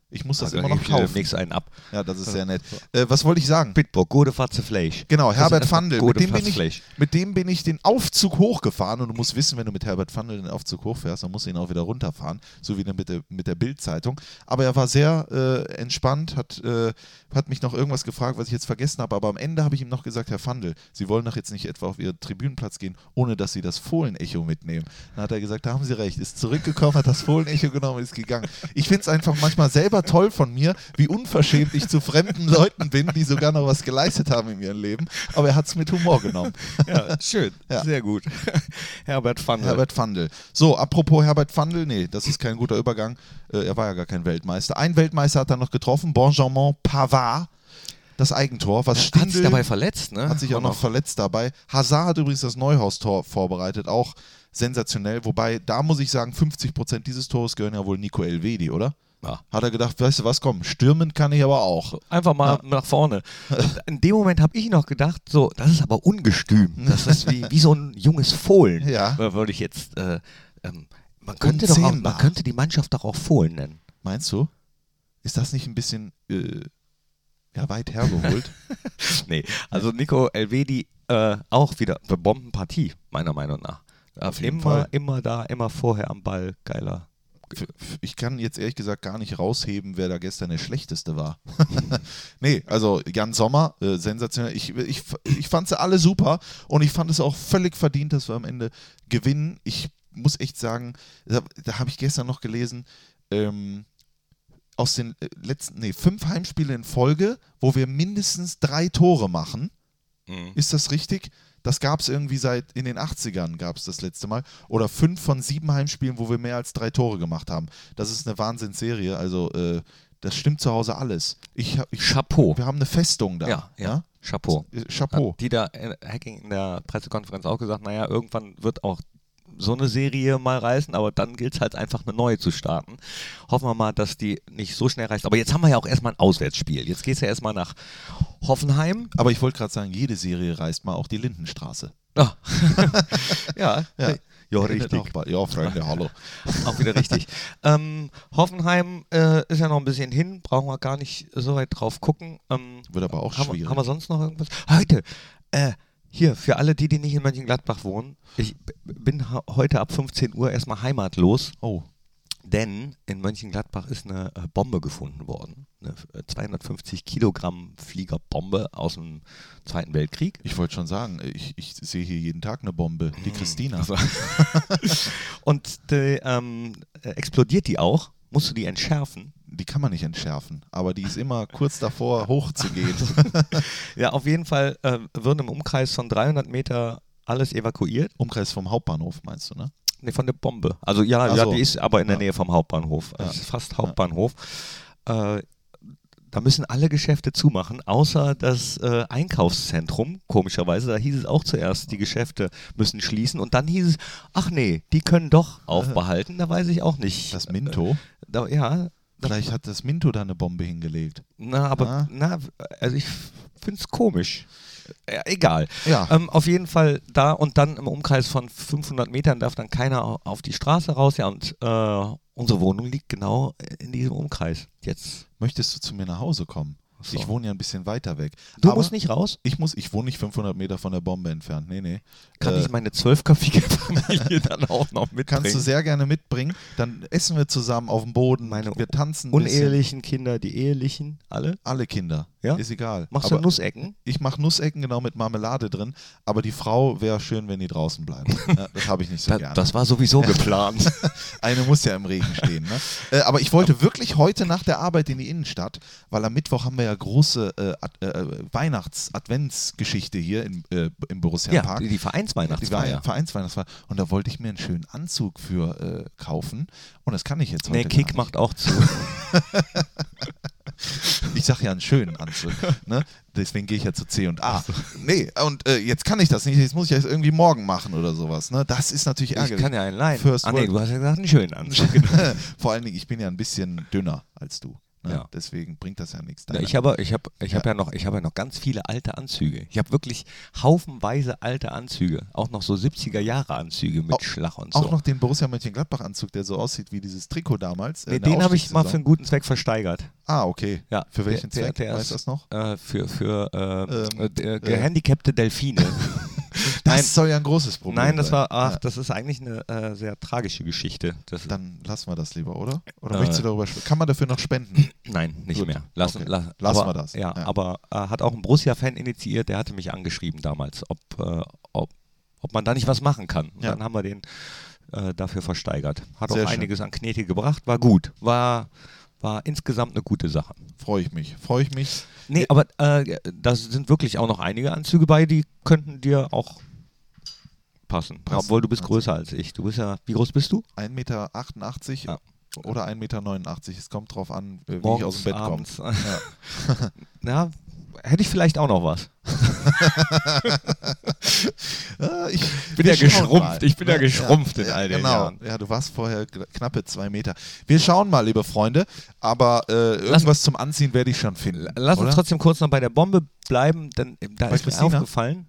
Speaker 1: Ich muss das
Speaker 2: Oh. Also,
Speaker 1: immer noch
Speaker 2: ich will
Speaker 1: kaufen.
Speaker 2: demnächst einen ab.
Speaker 1: Ja, das ist sehr nett. Äh, was wollte ich sagen?
Speaker 2: Bitburg, gute Fatze Fleisch.
Speaker 1: Genau,
Speaker 2: Das
Speaker 1: Herbert
Speaker 2: ist einfach
Speaker 1: Fandel. Mit
Speaker 2: Gute
Speaker 1: dem, bin
Speaker 2: Fatze
Speaker 1: ich,
Speaker 2: Fleisch.
Speaker 1: mit dem bin ich den Aufzug hochgefahren und du musst wissen, wenn du mit Herbert Fandel den Aufzug hochfährst, dann musst du ihn auch wieder runterfahren, so wie dann mit der, mit der Bild-Zeitung. Aber er war sehr äh, entspannt, hat, äh, hat mich noch irgendwas gefragt, was ich jetzt vergessen habe, aber am Ende habe ich ihm noch gesagt, Herr Fandel, Sie wollen doch jetzt nicht etwa auf Ihren Tribünenplatz gehen, ohne dass Sie das Fohlenecho mitnehmen. Dann hat er gesagt, da haben Sie recht, ist zurückgekommen, hat das Fohlenecho genommen, ist gegangen. Ich finde es einfach manchmal selber toll von mir, wie unverschämt ich zu fremden Leuten bin, die sogar noch was geleistet haben in ihrem Leben, aber er hat es mit Humor genommen.
Speaker 2: Ja, schön.
Speaker 1: Ja.
Speaker 2: Sehr gut. Herbert Fandel.
Speaker 1: Herbert Fandel. So, apropos Herbert Fandel, nee, das ist kein guter Übergang. Äh, er war ja gar kein Weltmeister. Ein Weltmeister hat er noch getroffen, Benjamin Pavard. Das Eigentor, was
Speaker 2: hat sich
Speaker 1: Stindl
Speaker 2: dabei verletzt, ne?
Speaker 1: hat sich auch noch verletzt dabei. Hazard hat übrigens das Neuhaus-Tor vorbereitet, auch sensationell. Wobei, da muss ich sagen, 50% dieses Tores gehören ja wohl Nico Elvedi, oder?
Speaker 2: Ja.
Speaker 1: Hat er gedacht, weißt du was, komm, stürmen kann ich aber auch.
Speaker 2: Einfach mal nach vorne. In dem Moment habe ich noch gedacht, so, das ist aber ungestüm. Das ist wie, wie so ein junges Fohlen.
Speaker 1: Ja.
Speaker 2: Da Würde ich jetzt. Äh, ähm, man, könnte doch auch, man
Speaker 1: Unzählbar.
Speaker 2: könnte die Mannschaft doch auch Fohlen nennen.
Speaker 1: Meinst du? Ist das nicht ein bisschen äh, ja, weit hergeholt?
Speaker 2: Nee, also Nico Elvedi äh, auch wieder eine Bombenpartie, meiner Meinung nach. Auf
Speaker 1: jeden
Speaker 2: immer,
Speaker 1: Fall.
Speaker 2: immer da, immer vorher am Ball, geiler.
Speaker 1: ich kann jetzt ehrlich gesagt gar nicht rausheben, wer da gestern der Schlechteste war. nee, also Jan Sommer, äh, sensationell. Ich, ich, ich fand sie alle super und ich fand es auch völlig verdient, dass wir am Ende gewinnen. Ich muss echt sagen, da, da habe ich gestern noch gelesen, ähm, aus den äh, letzten, nee, fünf Heimspiele in Folge, wo wir mindestens drei Tore machen.
Speaker 2: Mhm.
Speaker 1: Ist das richtig? Das gab es irgendwie seit in den 80ern gab es das letzte Mal. Oder fünf von sieben Heimspielen, wo wir mehr als drei Tore gemacht haben. Das ist eine Wahnsinnsserie. Also äh, das stimmt zu Hause alles. Ich, hab- ich,
Speaker 2: Chapeau.
Speaker 1: wir haben eine Festung da.
Speaker 2: Ja, ja. Chapeau.
Speaker 1: Äh, Chapeau.
Speaker 2: Hat Dieter äh, Hacking in der Pressekonferenz auch gesagt, naja, irgendwann wird auch so eine Serie mal reißen, aber dann gilt es halt einfach eine neue zu starten. Hoffen wir mal, dass die nicht so schnell reißt. Aber jetzt haben wir ja auch erstmal ein Auswärtsspiel. Jetzt geht es ja erstmal nach Hoffenheim.
Speaker 1: Aber ich wollte gerade sagen, jede Serie reißt mal auch die Lindenstraße.
Speaker 2: Ah. ja,
Speaker 1: Ja.
Speaker 2: ja,
Speaker 1: Endet
Speaker 2: richtig.
Speaker 1: auch bald. Ja, Freunde, hallo.
Speaker 2: Auch wieder richtig. ähm, Hoffenheim äh, ist ja noch ein bisschen hin, brauchen wir gar nicht so weit drauf gucken. Ähm,
Speaker 1: Wird aber auch
Speaker 2: haben, wir-
Speaker 1: schwierig.
Speaker 2: haben wir sonst noch irgendwas? Heute, äh, hier, für alle die, die nicht in Mönchengladbach wohnen, ich b- bin ha- heute ab 15 Uhr erstmal heimatlos,
Speaker 1: oh,
Speaker 2: denn in Mönchengladbach ist eine äh, Bombe gefunden worden. Eine äh, 250 Kilogramm Fliegerbombe aus dem Zweiten Weltkrieg.
Speaker 1: ich wollte schon sagen, ich, ich sehe hier jeden Tag eine Bombe.
Speaker 2: Hm.
Speaker 1: Die Christina.
Speaker 2: Also- Und die, ähm, äh, explodiert die auch? Musst du die entschärfen?
Speaker 1: Die kann man nicht entschärfen, aber die ist immer kurz davor, hochzugehen.
Speaker 2: Ja, auf jeden Fall äh, würden im Umkreis von 300 Meter alles evakuiert.
Speaker 1: Umkreis vom Hauptbahnhof, meinst du, ne?
Speaker 2: Nee, von der Bombe. Also ja,
Speaker 1: Ach
Speaker 2: ja
Speaker 1: so.
Speaker 2: die ist aber in der
Speaker 1: Ja.
Speaker 2: Nähe vom Hauptbahnhof. Also es ist fast Hauptbahnhof. Äh, da müssen alle Geschäfte zumachen, außer das äh, Einkaufszentrum, komischerweise. Da hieß es auch zuerst, die Geschäfte müssen schließen. Und dann hieß es, ach nee, die können doch aufbehalten. Da weiß ich äh, auch nicht.
Speaker 1: Äh. Das Minto.
Speaker 2: da, ja, da,
Speaker 1: Vielleicht hat das Minto da eine Bombe hingelegt.
Speaker 2: Na, aber,
Speaker 1: Ah.
Speaker 2: na, also ich finde es komisch. Äh, Ja, egal.
Speaker 1: Ja.
Speaker 2: Ähm, auf jeden Fall da und dann im Umkreis von 500 Metern darf dann keiner au- auf die Straße raus. Ja, und äh, unsere Wohnung liegt genau in diesem Umkreis jetzt.
Speaker 1: Möchtest du zu mir nach Hause kommen?
Speaker 2: so.
Speaker 1: Ich wohne ja ein bisschen weiter weg.
Speaker 2: Du
Speaker 1: Aber
Speaker 2: musst nicht raus?
Speaker 1: Ich muss, ich wohne nicht 500 Meter von der Bombe entfernt. Nee, nee.
Speaker 2: Kann
Speaker 1: Äh,
Speaker 2: ich meine zwölfköpfige Familie dann auch noch mitbringen?
Speaker 1: kannst du sehr gerne mitbringen. Dann essen wir zusammen auf dem Boden.
Speaker 2: Meine
Speaker 1: wir tanzen. ein bisschen.
Speaker 2: Unehelichen Kinder, die Ehelichen, alle?
Speaker 1: Alle Kinder.
Speaker 2: Ja?
Speaker 1: Ist egal.
Speaker 2: Machst
Speaker 1: aber
Speaker 2: du Nussecken?
Speaker 1: ich mache Nussecken genau mit Marmelade drin, aber die Frau wäre schön, wenn die draußen bleibt. ja, das habe ich nicht so
Speaker 2: Da,
Speaker 1: gerne.
Speaker 2: das war sowieso geplant.
Speaker 1: Eine muss ja im Regen stehen. Ne? Äh, aber ich wollte wirklich heute nach der Arbeit in die Innenstadt, weil am Mittwoch haben wir ja große äh, Ad- äh, Weihnachts-Adventsgeschichte hier im, äh, im Borussia
Speaker 2: ja,
Speaker 1: Park.
Speaker 2: die, die Vereinsweihnachtsfeier.
Speaker 1: Verein- Vereinsweihnachtsfeier. Und da wollte ich mir einen schönen Anzug für äh, kaufen. Und das kann ich jetzt heute
Speaker 2: Nee, Kick
Speaker 1: gar nicht.
Speaker 2: macht auch zu.
Speaker 1: Ich sage ja einen schönen Anzug. ne? Deswegen gehe ich ja zu C und A. Nee, und äh, jetzt kann ich das nicht. Jetzt muss ich das irgendwie morgen machen oder sowas. Ne? Das ist natürlich
Speaker 2: Ich
Speaker 1: ärgerlich.
Speaker 2: kann ja einen leihen.
Speaker 1: First
Speaker 2: ah, nee,
Speaker 1: World.
Speaker 2: du hast ja gesagt, einen schönen Anzug.
Speaker 1: Vor allen Dingen, ich bin ja ein bisschen dünner als du. Ne?
Speaker 2: Ja.
Speaker 1: Deswegen bringt das ja nichts.
Speaker 2: Na, ich habe ich hab, ich hab ja. noch, ich hab ja noch ganz viele alte Anzüge. Ich habe wirklich haufenweise alte Anzüge. Auch noch so 70er-Jahre-Anzüge mit
Speaker 1: Au-
Speaker 2: Schlag und so.
Speaker 1: auch noch den Borussia Mönchengladbach-Anzug, der so aussieht wie dieses Trikot damals. äh,
Speaker 2: nee,
Speaker 1: in der
Speaker 2: den habe ich mal für
Speaker 1: Aufstiegssaison.
Speaker 2: einen guten Zweck versteigert.
Speaker 1: Ah, okay.
Speaker 2: Ja,
Speaker 1: Für welchen
Speaker 2: der,
Speaker 1: Zweck?
Speaker 2: Der, der
Speaker 1: weißt du das
Speaker 2: ist,
Speaker 1: noch?
Speaker 2: Äh, für für äh,
Speaker 1: Ähm,
Speaker 2: äh, der-
Speaker 1: äh,
Speaker 2: gehandicapte Delfine.
Speaker 1: Das
Speaker 2: nein.
Speaker 1: soll ja ein großes Problem
Speaker 2: Nein, das
Speaker 1: sein.
Speaker 2: war, ach, das ist eigentlich eine äh, sehr tragische Geschichte. Das,
Speaker 1: Dann lassen wir das lieber, oder? Oder
Speaker 2: Äh,
Speaker 1: möchtest du darüber sprechen? Kann man dafür noch spenden?
Speaker 2: Nein, nicht
Speaker 1: Gut,
Speaker 2: mehr. Lassen,
Speaker 1: okay.
Speaker 2: la,
Speaker 1: Lassen
Speaker 2: aber,
Speaker 1: wir das.
Speaker 2: Ja,
Speaker 1: Ja.
Speaker 2: aber äh, hat auch ein Borussia-Fan initiiert, der hatte mich angeschrieben damals, ob, äh, ob, ob man da nicht was machen kann. Und
Speaker 1: Ja.
Speaker 2: Dann haben wir den äh, dafür versteigert. Hat
Speaker 1: Sehr
Speaker 2: auch
Speaker 1: schön.
Speaker 2: einiges an Knete gebracht, war gut. War, war insgesamt eine gute Sache.
Speaker 1: Freue ich mich. Freue ich mich.
Speaker 2: Nee, aber äh, da sind wirklich auch noch einige Anzüge bei, die könnten dir auch passen.
Speaker 1: Passen.
Speaker 2: Obwohl du bist größer als ich. Du bist ja, wie groß bist du?
Speaker 1: 1,88 Meter
Speaker 2: Ja.
Speaker 1: oder 1,89 Meter. Es kommt drauf an, äh, wie ich
Speaker 2: Morgens,
Speaker 1: aus dem Bett komme.
Speaker 2: abends. Ja, hätte ich vielleicht auch noch was.
Speaker 1: Äh, ich
Speaker 2: bin
Speaker 1: wir
Speaker 2: ja
Speaker 1: schauen
Speaker 2: geschrumpft.
Speaker 1: mal. ne?
Speaker 2: Ich bin ja geschrumpft in
Speaker 1: ja,
Speaker 2: all den
Speaker 1: genau.
Speaker 2: Jahren.
Speaker 1: Ja, du warst vorher kn- knappe zwei Meter. Wir schauen mal, liebe Freunde. Aber äh, irgendwas zum Anziehen werde ich schon finden.
Speaker 2: Lass
Speaker 1: oder?
Speaker 2: uns trotzdem kurz noch bei der Bombe bleiben, denn ähm, da
Speaker 1: Bei
Speaker 2: ist
Speaker 1: Christina?
Speaker 2: mir aufgefallen,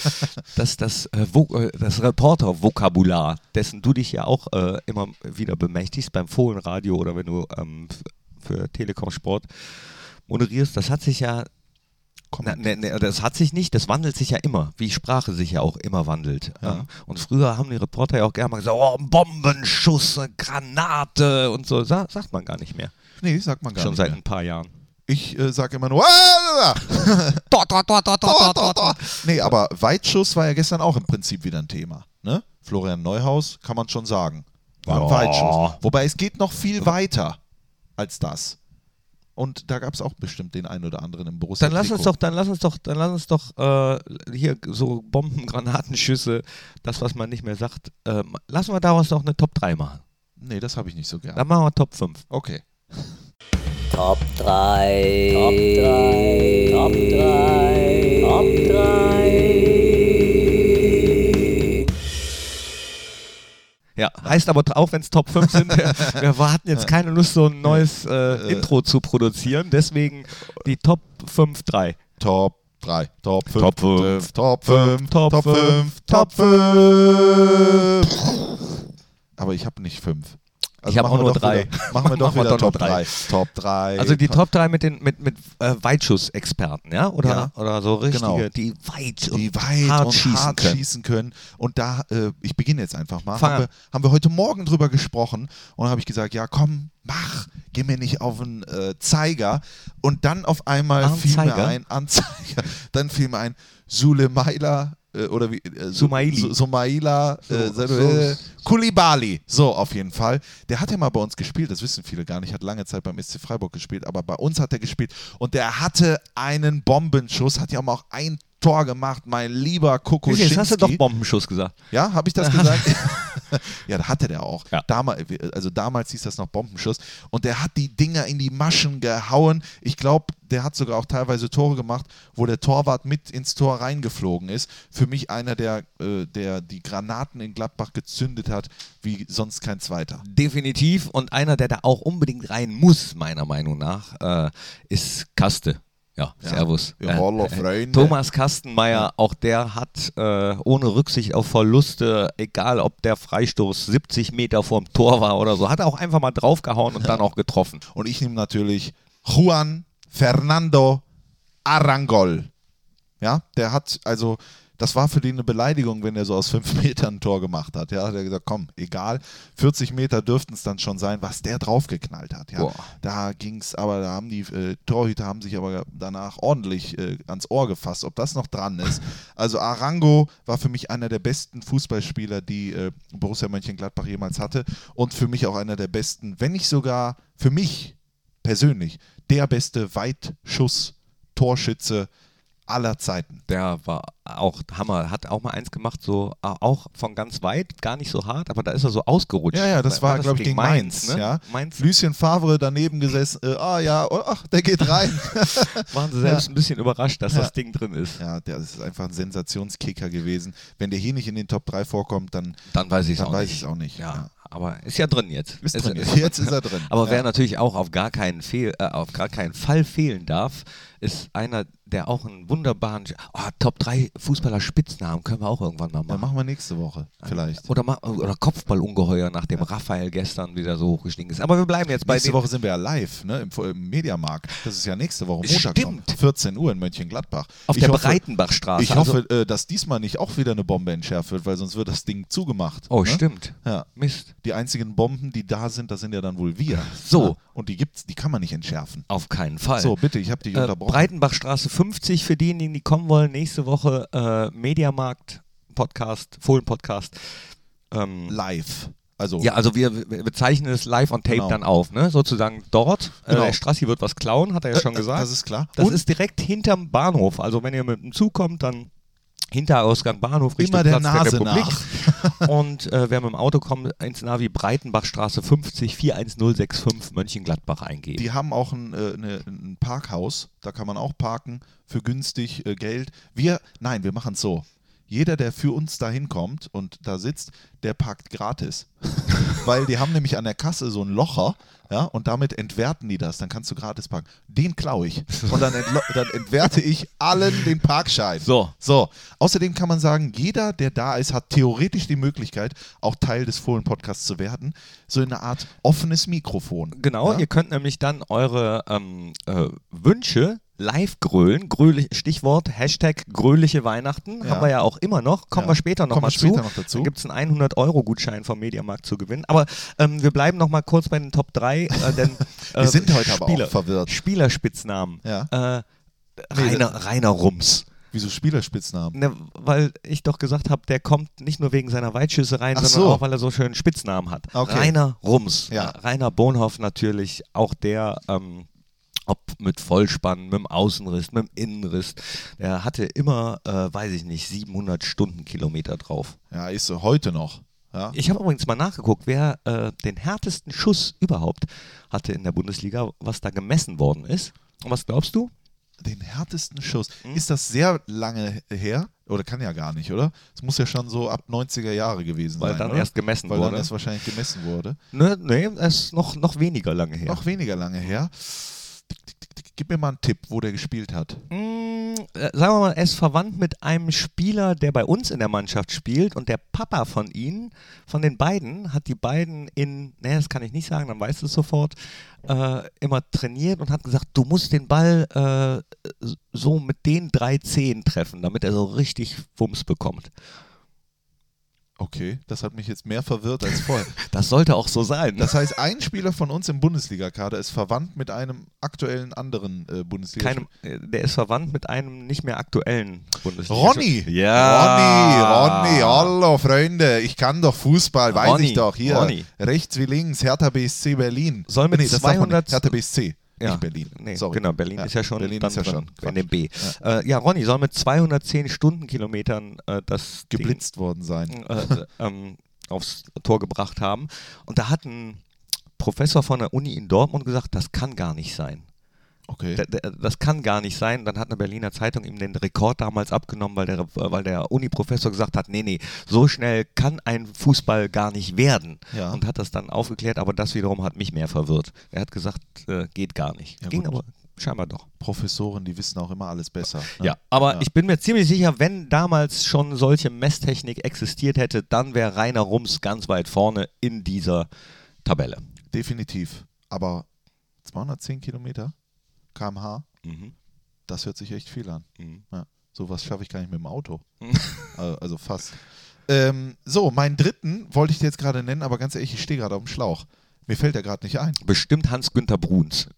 Speaker 2: dass das, äh, Vo- äh, das Reporter-Vokabular, dessen du dich ja auch äh, immer wieder bemächtigst beim Fohlenradio oder wenn du ähm, f- für Telekom Sport moderierst, das hat sich ja na, ne, ne, das hat sich nicht, das wandelt sich ja immer, wie Sprache sich ja auch immer wandelt. Ähm, Und früher haben die Reporter ja auch gerne mal gesagt, oh, ein Bombenschuss, eine Granate und so, Sa sagt man gar nicht mehr.
Speaker 1: Nee, sagt man gar
Speaker 2: Schon
Speaker 1: nicht.
Speaker 2: seit
Speaker 1: mehr.
Speaker 2: ein paar Jahren.
Speaker 1: Ich äh, sage immer nur. "Ah!"
Speaker 2: Dort, dort, dort, dort, dort, dort, dort, dort.
Speaker 1: Nee, aber Weitschuss war ja gestern auch im Prinzip wieder ein Thema. Ne? Florian Neuhaus, kann man schon sagen. War ein
Speaker 2: Ja.
Speaker 1: Weitschuss. Wobei es geht noch viel weiter als das. Und da gab es auch bestimmt den einen oder anderen im Borussia.
Speaker 2: Dann lass uns
Speaker 1: Trikot.
Speaker 2: doch, dann lass uns doch, dann lass uns doch äh, hier so Bomben, Granatenschüsse, das, was man nicht mehr sagt. Ähm, lassen wir daraus doch eine Top 3 machen.
Speaker 1: Nee, das habe ich nicht so gern.
Speaker 2: Dann machen wir Top 5.
Speaker 1: Okay.
Speaker 10: Top 3. Top 3. Top 3. Top 3.
Speaker 2: Ja, heißt aber auch, wenn es Top 5 sind, wir, wir hatten jetzt keine Lust, so ein neues äh, Intro zu produzieren. Deswegen die Top 5 3.
Speaker 1: Top 3, Top 5,
Speaker 2: Top fünf,
Speaker 1: Top 5,
Speaker 2: Top
Speaker 1: Top 5,
Speaker 2: fünf,
Speaker 1: Top 5. Aber ich habe nicht 5.
Speaker 2: Ich hab auch nur drei.
Speaker 1: Machen wir doch
Speaker 2: Machen wir
Speaker 1: wieder
Speaker 2: doch nur
Speaker 1: Top 3.
Speaker 2: drei.
Speaker 1: Top 3.
Speaker 2: Also die Top 3 mit, den, mit, mit äh, Weitschussexperten, ja? Oder,
Speaker 1: Ja.
Speaker 2: oder so richtige,
Speaker 1: Genau.
Speaker 2: die weit und
Speaker 1: die weit
Speaker 2: hart
Speaker 1: und
Speaker 2: schießen
Speaker 1: hart
Speaker 2: können.
Speaker 1: schießen können. Und da, äh, ich beginne jetzt einfach mal,
Speaker 2: Fang
Speaker 1: haben wir,
Speaker 2: an.
Speaker 1: haben wir heute Morgen drüber gesprochen und habe ich gesagt, ja komm, mach, geh mir nicht auf den äh, Zeiger. Und dann auf einmal fiel mir
Speaker 2: Anzeiger?
Speaker 1: ein, Anzeiger, dann fiel mir ein, Sule Meiler, äh, oder wie, äh, Su-
Speaker 2: Sumaili.
Speaker 1: Su- Sumaila, äh,
Speaker 2: So,
Speaker 1: so,
Speaker 2: so.
Speaker 1: äh, Kulibali, so auf jeden Fall. Der hat ja mal bei uns gespielt, das wissen viele gar nicht, hat lange Zeit beim SC Freiburg gespielt, aber bei uns hat er gespielt und der hatte einen Bombenschuss, hat ja auch mal auch ein Tor gemacht, mein lieber
Speaker 2: Guck,
Speaker 1: Kokoschinski.
Speaker 2: Jetzt hast du doch Bombenschuss gesagt.
Speaker 1: Ja, habe ich das gesagt? ja, da hatte der auch.
Speaker 2: Ja.
Speaker 1: Damals, also damals hieß das noch Bombenschuss. Und der hat die Dinger in die Maschen gehauen. Ich glaube, der hat sogar auch teilweise Tore gemacht, wo der Torwart mit ins Tor reingeflogen ist. Für mich einer, der, äh, der die Granaten in Gladbach gezündet hat, wie sonst kein zweiter.
Speaker 2: Definitiv. Und einer, der da auch unbedingt rein muss, meiner Meinung nach, äh, ist Kaste. Ja, Servus.
Speaker 1: Ja, hallo,
Speaker 2: äh,
Speaker 1: Freunde.
Speaker 2: Thomas Kastenmeier, auch der hat äh, ohne Rücksicht auf Verluste, egal ob der Freistoß 70 Meter vorm Tor war oder so, hat er auch einfach mal draufgehauen und dann auch getroffen.
Speaker 1: Und ich nehme natürlich Juan Fernando Arangol. Ja, der hat, also, das war für den eine Beleidigung, wenn er so aus fünf Metern ein Tor gemacht hat. Ja, hat er gesagt, komm, egal, 40 Meter dürften es dann schon sein, was der draufgeknallt hat. Ja,
Speaker 2: Boah.
Speaker 1: da ging's, aber da haben die äh, Torhüter haben sich aber danach ordentlich äh, ans Ohr gefasst, ob das noch dran ist. Also Arango war für mich einer der besten Fußballspieler, die äh, Borussia Mönchengladbach jemals hatte und für mich auch einer der besten, wenn nicht sogar für mich persönlich der beste Weitschuss-Torschütze aller Zeiten.
Speaker 2: Der war auch Hammer, hat auch mal eins gemacht, so a- auch von ganz weit, gar nicht so hart, aber da ist er so ausgerutscht.
Speaker 1: Ja, ja, das war, glaube ich, gegen Mainz.
Speaker 2: ne?
Speaker 1: ja.
Speaker 2: Mainz
Speaker 1: Lucien Favre daneben gesessen, äh, ah ja, oh, ach, der geht rein.
Speaker 2: waren sie selbst ein bisschen überrascht, dass
Speaker 1: Ja.
Speaker 2: das Ding drin ist.
Speaker 1: ja, der das ist einfach ein Sensationskicker gewesen. Wenn der hier nicht in den Top 3 vorkommt, dann
Speaker 2: Dann weiß ich es
Speaker 1: Dann
Speaker 2: auch
Speaker 1: weiß
Speaker 2: nicht.
Speaker 1: ich's auch nicht,
Speaker 2: Ja,
Speaker 1: ja.
Speaker 2: aber ist ja drin jetzt.
Speaker 1: ist drin. Jetzt ist er drin.
Speaker 2: Aber wer
Speaker 1: ja.
Speaker 2: natürlich auch auf gar keinen Fehl, äh, auf gar keinen Fall fehlen darf, ist einer, der auch einen wunderbaren oh, Top 3 Fußballer Spitznamen können wir auch irgendwann mal
Speaker 1: Dann
Speaker 2: machen.
Speaker 1: machen wir nächste Woche vielleicht.
Speaker 2: Oder, ma- oder Kopfballungeheuer, nachdem Raphael gestern wieder so hochgestiegen ist. Aber wir bleiben jetzt bei
Speaker 1: nächste
Speaker 2: dem.
Speaker 1: Woche sind wir ja live ne, im, im Mediamarkt. Das ist ja nächste Woche um Montag,
Speaker 2: Stimmt.
Speaker 1: noch, 14 Uhr in Mönchengladbach.
Speaker 2: Auf
Speaker 1: ich
Speaker 2: der
Speaker 1: hoffe,
Speaker 2: Breitenbachstraße.
Speaker 1: Ich
Speaker 2: Also-
Speaker 1: hoffe, äh, dass diesmal nicht auch wieder eine Bombe entschärft wird, weil sonst wird das Ding zugemacht.
Speaker 2: Oh,
Speaker 1: ne?
Speaker 2: stimmt.
Speaker 1: Ja.
Speaker 2: Mist.
Speaker 1: Die einzigen Bomben, die da sind, das sind ja dann wohl wir.
Speaker 2: So.
Speaker 1: Ja, und die gibt's, die kann man nicht entschärfen.
Speaker 2: Auf keinen Fall.
Speaker 1: So, bitte, ich habe dich
Speaker 2: äh,
Speaker 1: unterbrochen.
Speaker 2: Breitenbachstraße 50 für diejenigen, die kommen wollen. Nächste Woche äh, Mediamarkt Podcast, Fohlen Podcast. Ähm,
Speaker 1: Live. Also
Speaker 2: Ja, also wir, wir zeichnen es live on tape
Speaker 1: Genau.
Speaker 2: dann auf, ne? Sozusagen dort.
Speaker 1: Genau. Äh,
Speaker 2: Äh, der Strassi wird was klauen, hat er ja schon gesagt.
Speaker 1: Das ist klar.
Speaker 2: Äh, Das
Speaker 1: Und
Speaker 2: ist direkt hinterm Bahnhof. Also wenn ihr mit dem Zug kommt, dann hinter Ausgang Bahnhof Richtung
Speaker 1: Immer der
Speaker 2: Platz
Speaker 1: Nase
Speaker 2: der Republik. Und äh, wer mit dem Auto kommt, ins Navi Breitenbachstraße 50 41065 Mönchengladbach eingeben.
Speaker 1: Die haben auch ein, äh, ne, ein Parkhaus, da kann man auch parken für günstig äh, Geld. Wir, nein, wir machen es so. jeder, der für uns da hinkommt und da sitzt, der packt gratis. Weil die haben nämlich an der Kasse so ein Locher, ja, und damit entwerten die das. Dann kannst du gratis parken. Den klaue ich. Und dann, entlo- dann entwerte ich allen den Parkschein.
Speaker 2: So.
Speaker 1: So. Außerdem kann man sagen, jeder, der da ist, hat theoretisch die Möglichkeit, auch Teil des Fohlen-Podcasts zu werden. So eine Art offenes Mikrofon.
Speaker 2: Genau,
Speaker 1: Ja?
Speaker 2: ihr könnt nämlich dann eure ähm, äh, Wünsche live grölen. Grölich, Stichwort Hashtag gröliche Weihnachten
Speaker 1: Ja.
Speaker 2: haben wir ja auch immer noch. Kommen
Speaker 1: Ja.
Speaker 2: wir später
Speaker 1: Kommen
Speaker 2: nochmal
Speaker 1: wir
Speaker 2: zu.
Speaker 1: später noch dazu.
Speaker 2: Da gibt es einen 100-Euro-Gutschein vom Mediamarkt zu gewinnen. Aber ähm, wir bleiben nochmal kurz bei den Top 3. Äh, denn,
Speaker 1: Wir
Speaker 2: äh,
Speaker 1: sind heute aber auch
Speaker 2: Spieler-
Speaker 1: verwirrt.
Speaker 2: Spielerspitznamen.
Speaker 1: Ja.
Speaker 2: Äh, Rainer, Rainer Rums.
Speaker 1: Wieso Spielerspitznamen?
Speaker 2: Ne, weil ich doch gesagt habe, der kommt nicht nur wegen seiner Weitschüsse rein,
Speaker 1: Ach
Speaker 2: sondern
Speaker 1: so.
Speaker 2: auch, weil er so schönen Spitznamen hat.
Speaker 1: Okay.
Speaker 2: Rainer Rums.
Speaker 1: Ja.
Speaker 2: Äh, Rainer Bonhoff natürlich, auch der, ähm, ob mit Vollspann, mit dem Außenriss, mit dem Innenriss, der hatte immer, äh, weiß ich nicht, 700 Stundenkilometer drauf.
Speaker 1: Ja, ist so heute noch. Ja?
Speaker 2: Ich habe übrigens mal nachgeguckt, wer äh, den härtesten Schuss überhaupt hatte in der Bundesliga, was da gemessen worden ist. Und was glaubst du?
Speaker 1: Den härtesten Schuss.
Speaker 2: Mhm.
Speaker 1: Ist das sehr lange her? Oder kann ja gar nicht, oder? Es muss ja schon so ab 90er Jahre gewesen
Speaker 2: Weil
Speaker 1: sein.
Speaker 2: dann
Speaker 1: oder?
Speaker 2: erst gemessen
Speaker 1: Weil
Speaker 2: wurde.
Speaker 1: dann erst wahrscheinlich gemessen wurde.
Speaker 2: Ne, nee, es ist noch, noch weniger lange her.
Speaker 1: Noch weniger lange her. Tick, tick, tick, tick. Gib mir mal einen Tipp, wo der gespielt hat.
Speaker 2: Mm, äh, sagen wir mal, er ist verwandt mit einem Spieler, der bei uns in der Mannschaft spielt und der Papa von ihnen, von den beiden, hat die beiden in, nee, das kann ich nicht sagen, dann weißt du es sofort, äh, immer trainiert und hat gesagt, du musst den Ball äh, so mit den drei Zehen treffen, damit er so richtig Wumms bekommt.
Speaker 1: Okay, das hat mich jetzt mehr verwirrt als vorher.
Speaker 2: Das sollte auch so sein.
Speaker 1: Das heißt, ein Spieler von uns im Bundesliga-Kader ist verwandt mit einem aktuellen anderen äh, bundesliga
Speaker 2: Keinem, äh, der ist verwandt mit einem nicht mehr aktuellen Bundesliga.
Speaker 1: Ronny!
Speaker 2: Ja!
Speaker 1: Ronny, Ronny, hallo Freunde, ich kann doch Fußball, weiß
Speaker 2: Ronny,
Speaker 1: ich doch. Hier,
Speaker 2: Ronny.
Speaker 1: rechts wie links, Hertha BSC Berlin.
Speaker 2: Soll mit
Speaker 1: Nee, das darf man
Speaker 2: 200
Speaker 1: nicht. Hertha BSC, nicht Berlin.
Speaker 2: Nee,
Speaker 1: Sorry.
Speaker 2: Genau, Berlin ist ja schon.
Speaker 1: Berlin
Speaker 2: dann
Speaker 1: ist ja
Speaker 2: dran,
Speaker 1: schon.
Speaker 2: In dem
Speaker 1: Quatsch.
Speaker 2: B. Ja. Äh, ja, Ronny soll mit 210 Stundenkilometern äh, das Ding,
Speaker 1: Geblitzt worden sein.
Speaker 2: äh, ähm, aufs Tor gebracht haben. Und da hat ein Professor von der Uni in Dortmund gesagt, das kann gar nicht sein.
Speaker 1: Okay.
Speaker 2: D- d- Das kann gar nicht sein. Dann hat eine Berliner Zeitung ihm den Rekord damals abgenommen, weil der, weil der Uni-Professor gesagt hat, nee, nee, so schnell kann ein Fußball gar nicht werden.
Speaker 1: Ja.
Speaker 2: Und hat das dann aufgeklärt, aber das wiederum hat mich mehr verwirrt. Er hat gesagt, äh, geht gar nicht.
Speaker 1: Ja,
Speaker 2: Ging
Speaker 1: gut.
Speaker 2: aber scheinbar doch.
Speaker 1: Professoren, die wissen auch immer alles besser. ne?
Speaker 2: Ja, aber
Speaker 1: Ja.
Speaker 2: ich bin mir ziemlich sicher, wenn damals schon solche Messtechnik existiert hätte, dann wäre Rainer Rums ganz weit vorne in dieser Tabelle.
Speaker 1: Definitiv. Aber 210 Kilometer kmh, das hört sich echt viel an. Ja, sowas schaffe ich gar nicht mit dem Auto. also, also fast. Ähm, so, meinen dritten wollte ich dir jetzt gerade nennen, aber ganz ehrlich, ich stehe gerade auf dem Schlauch. Mir fällt der gerade nicht ein.
Speaker 2: Bestimmt Hans-Günther Bruns.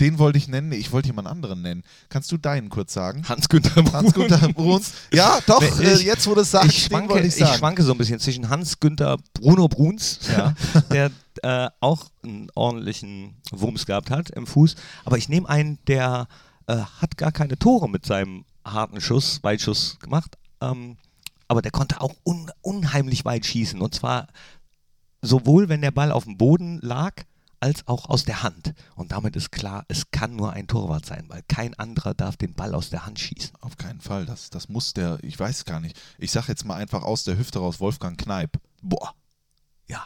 Speaker 1: Den wollte ich nennen. Nee, ich wollte jemand anderen nennen. Kannst du deinen kurz sagen?
Speaker 2: Hans-Günther Bruns.
Speaker 1: Hans-Gunther Bruns. Ja, doch,
Speaker 2: Nee,
Speaker 1: äh,
Speaker 2: ich-
Speaker 1: jetzt wo du es sagst,
Speaker 2: ich,
Speaker 1: den
Speaker 2: schwanke,
Speaker 1: wollte
Speaker 2: ich,
Speaker 1: ich sagen.
Speaker 2: schwanke so ein bisschen zwischen Hans-Günther Bruno Bruns,
Speaker 1: Ja.
Speaker 2: der äh, auch einen ordentlichen Wumms gehabt hat im Fuß. Aber ich nehme einen, der äh, hat gar keine Tore mit seinem harten Schuss, Weitschuss gemacht. Ähm, aber der konnte auch un unheimlich weit schießen. Und zwar sowohl, wenn der Ball auf dem Boden lag, als auch aus der Hand. Und damit ist klar, es kann nur ein Torwart sein, weil kein anderer darf den Ball aus der Hand schießen.
Speaker 1: Auf keinen Fall. Das, das muss der, ich weiß gar nicht. Ich sag jetzt mal einfach aus der Hüfte raus, Wolfgang Kneip.
Speaker 2: Boah. Ja.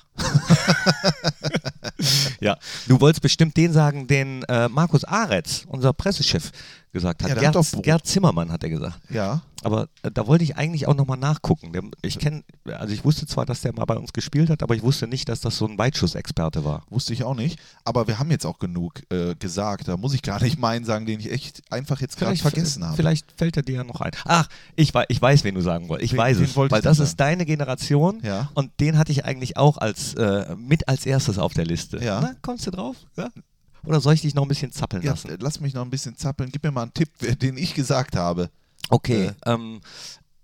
Speaker 2: ja. Du wolltest bestimmt den sagen, den äh, Markus Aretz, unser Pressechef, gesagt hat.
Speaker 1: Ja, der hat
Speaker 2: Gerd,
Speaker 1: doch Bo-
Speaker 2: Gerd Zimmermann hat er gesagt.
Speaker 1: Ja.
Speaker 2: Aber äh, da wollte ich eigentlich auch nochmal nachgucken. Der, ich kenne, also ich wusste zwar, dass der mal bei uns gespielt hat, aber ich wusste nicht, dass das so ein Weitschussexperte war.
Speaker 1: Wusste ich auch nicht. Aber wir haben jetzt auch genug äh, gesagt. Da muss ich gar nicht meinen sagen, den ich echt einfach jetzt gerade vergessen habe.
Speaker 2: Vielleicht fällt er dir ja noch ein. Ach, ich, wei- ich weiß, wen du sagen wolltest. Ich
Speaker 1: Wen-
Speaker 2: weiß
Speaker 1: wen
Speaker 2: es,
Speaker 1: wolltest
Speaker 2: weil
Speaker 1: du
Speaker 2: das
Speaker 1: sagen?
Speaker 2: ist deine Generation
Speaker 1: Ja.
Speaker 2: und den hatte ich eigentlich auch als äh, mit als erstes auf der Liste.
Speaker 1: Ja.
Speaker 2: Na, kommst du drauf? Ja? Oder soll ich dich noch ein bisschen zappeln
Speaker 1: Ja,
Speaker 2: lassen?
Speaker 1: äh, lass mich noch ein bisschen zappeln. Gib mir mal einen Tipp, wer- den ich gesagt habe.
Speaker 2: Okay. Ähm,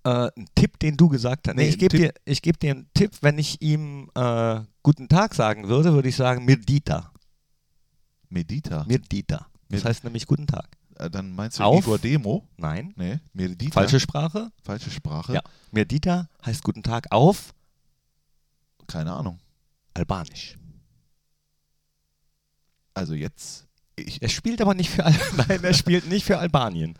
Speaker 2: äh, ein Tipp, den du gesagt hast. Nee,
Speaker 1: Nee,
Speaker 2: ich gebe
Speaker 1: ein
Speaker 2: dir, ich geb dir einen Tipp, wenn ich ihm äh, guten Tag sagen würde, würde ich sagen Mirdita.
Speaker 1: Medita.
Speaker 2: Mirdita. Das
Speaker 1: Mir-
Speaker 2: heißt nämlich guten Tag.
Speaker 1: Äh, Dann meinst du
Speaker 2: Auf.
Speaker 1: Igor Demo?
Speaker 2: Nein.
Speaker 1: Nee, Medita.
Speaker 2: Falsche Sprache?
Speaker 1: Falsche Sprache?
Speaker 2: Ja. Mirdita heißt guten Tag auf
Speaker 1: Keine Ahnung.
Speaker 2: Albanisch.
Speaker 1: Also jetzt. Ich, Also
Speaker 2: Er spielt aber nicht für Al Nein, er spielt nicht für Albanien.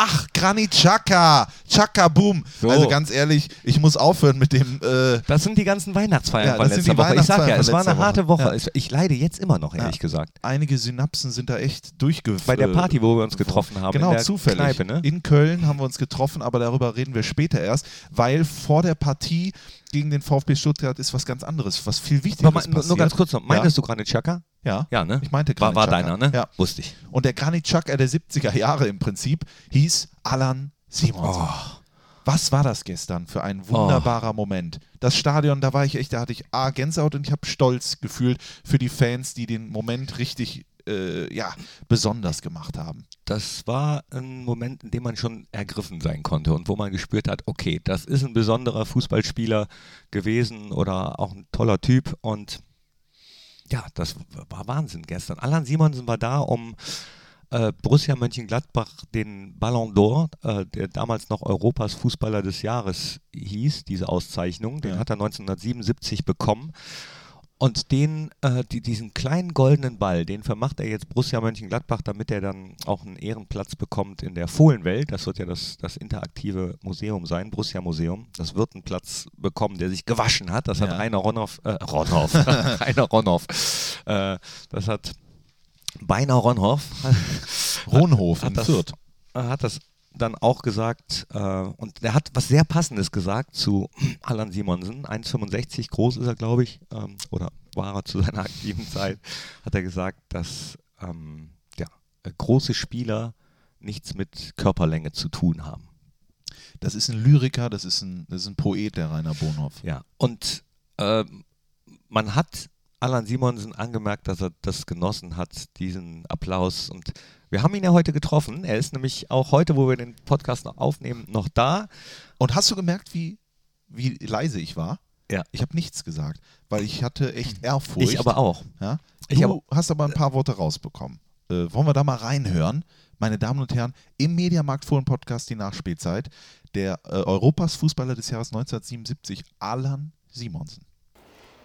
Speaker 1: Ach, Granit Chaka. Chaka Boom.
Speaker 2: So.
Speaker 1: Also ganz ehrlich, ich muss aufhören mit dem. Äh,
Speaker 2: Das sind die ganzen Weihnachtsfeiern
Speaker 1: Ja,
Speaker 2: von
Speaker 1: das sind
Speaker 2: letzter
Speaker 1: die
Speaker 2: Woche. Ich sag ja,
Speaker 1: Weihnachtsfeiern
Speaker 2: es
Speaker 1: von
Speaker 2: war eine
Speaker 1: letzter
Speaker 2: harte
Speaker 1: Woche.
Speaker 2: Woche.
Speaker 1: Ja.
Speaker 2: Ich- Ich leide jetzt immer noch, ehrlich
Speaker 1: Ja.
Speaker 2: gesagt.
Speaker 1: einige Synapsen sind da echt durchgeführt.
Speaker 2: Bei der Party, wo wir uns getroffen haben.
Speaker 1: Genau,
Speaker 2: in der
Speaker 1: zufällig.
Speaker 2: Kneipe, ne?
Speaker 1: In Köln haben wir uns getroffen, aber darüber reden wir später erst, weil vor der Partie gegen den VfB Stuttgart ist was ganz anderes, was viel wichtiger
Speaker 2: Aber
Speaker 1: ist.
Speaker 2: mein, nur- nur ganz kurz noch. Meintest du Granit Xhaka?
Speaker 1: Ja.
Speaker 2: Ja, ne?
Speaker 1: Ich meinte
Speaker 2: war, war
Speaker 1: Granit Xhaka.
Speaker 2: deiner, ne?
Speaker 1: Ja.
Speaker 2: Wusste ich.
Speaker 1: Und der Granit Xhaka der 70er Jahre im Prinzip hieß Alan Simonsen.
Speaker 2: Oh.
Speaker 1: Was war das gestern für ein wunderbarer Moment? Das Stadion, da war ich echt, da hatte ich A, Gänsehaut und ich habe Stolz gefühlt für die Fans, die den Moment richtig äh, ja, besonders gemacht haben.
Speaker 2: Das war ein Moment, in dem man schon ergriffen sein konnte und wo man gespürt hat, okay, das ist ein besonderer Fußballspieler gewesen oder auch ein toller Typ und ja, das war Wahnsinn gestern. Alan Simonsen war da, um äh, Borussia Mönchengladbach den Ballon d'Or, äh, der damals noch Europas Fußballer des Jahres hieß, diese Auszeichnung, den
Speaker 1: Ja.
Speaker 2: hat er 1977 bekommen. Und den, äh, die, diesen kleinen goldenen Ball, den vermacht er jetzt Borussia Mönchengladbach, damit er dann auch einen Ehrenplatz bekommt in der Fohlenwelt. Das wird ja das, das interaktive Museum sein, Borussia Museum. Das wird einen Platz bekommen, der sich gewaschen hat. Das
Speaker 1: Ja.
Speaker 2: hat Rainer Ronhoff, äh, Ronhoff, Rainer Ronhoff, äh, das hat Beiner Ronhoff
Speaker 1: Ronhof
Speaker 2: hat
Speaker 1: in
Speaker 2: das, äh,
Speaker 1: Fürth.
Speaker 2: hat das dann auch gesagt äh, und der hat was sehr Passendes gesagt zu Alan Simonsen. 1,65 groß ist er, glaube ich, ähm, oder war er zu seiner aktiven Zeit, hat er gesagt, dass ähm, ja, äh, große Spieler nichts mit Körperlänge zu tun haben.
Speaker 1: Das ist ein Lyriker, das ist ein, das ist ein Poet, der Rainer Bonhoff.
Speaker 2: Ja, und ähm, man hat Alan Simonsen angemerkt, dass er das genossen hat, diesen Applaus. Und wir haben ihn ja heute getroffen. Er ist nämlich auch heute, wo wir den Podcast noch aufnehmen, noch da.
Speaker 1: Und hast du gemerkt, wie, wie leise ich war?
Speaker 2: Ja. Hm.
Speaker 1: Ich habe nichts gesagt, weil ich hatte echt Ehrfurcht.
Speaker 2: Ich aber auch.
Speaker 1: Ja? Du
Speaker 2: Ich aber-
Speaker 1: hast aber ein paar Worte rausbekommen. Äh, wollen wir da mal reinhören? Meine Damen und Herren, im Mediamarkt Fohlen Podcast die Nachspielzeit. Der äh, Europas Fußballer des Jahres 1977, Alan Simonsen.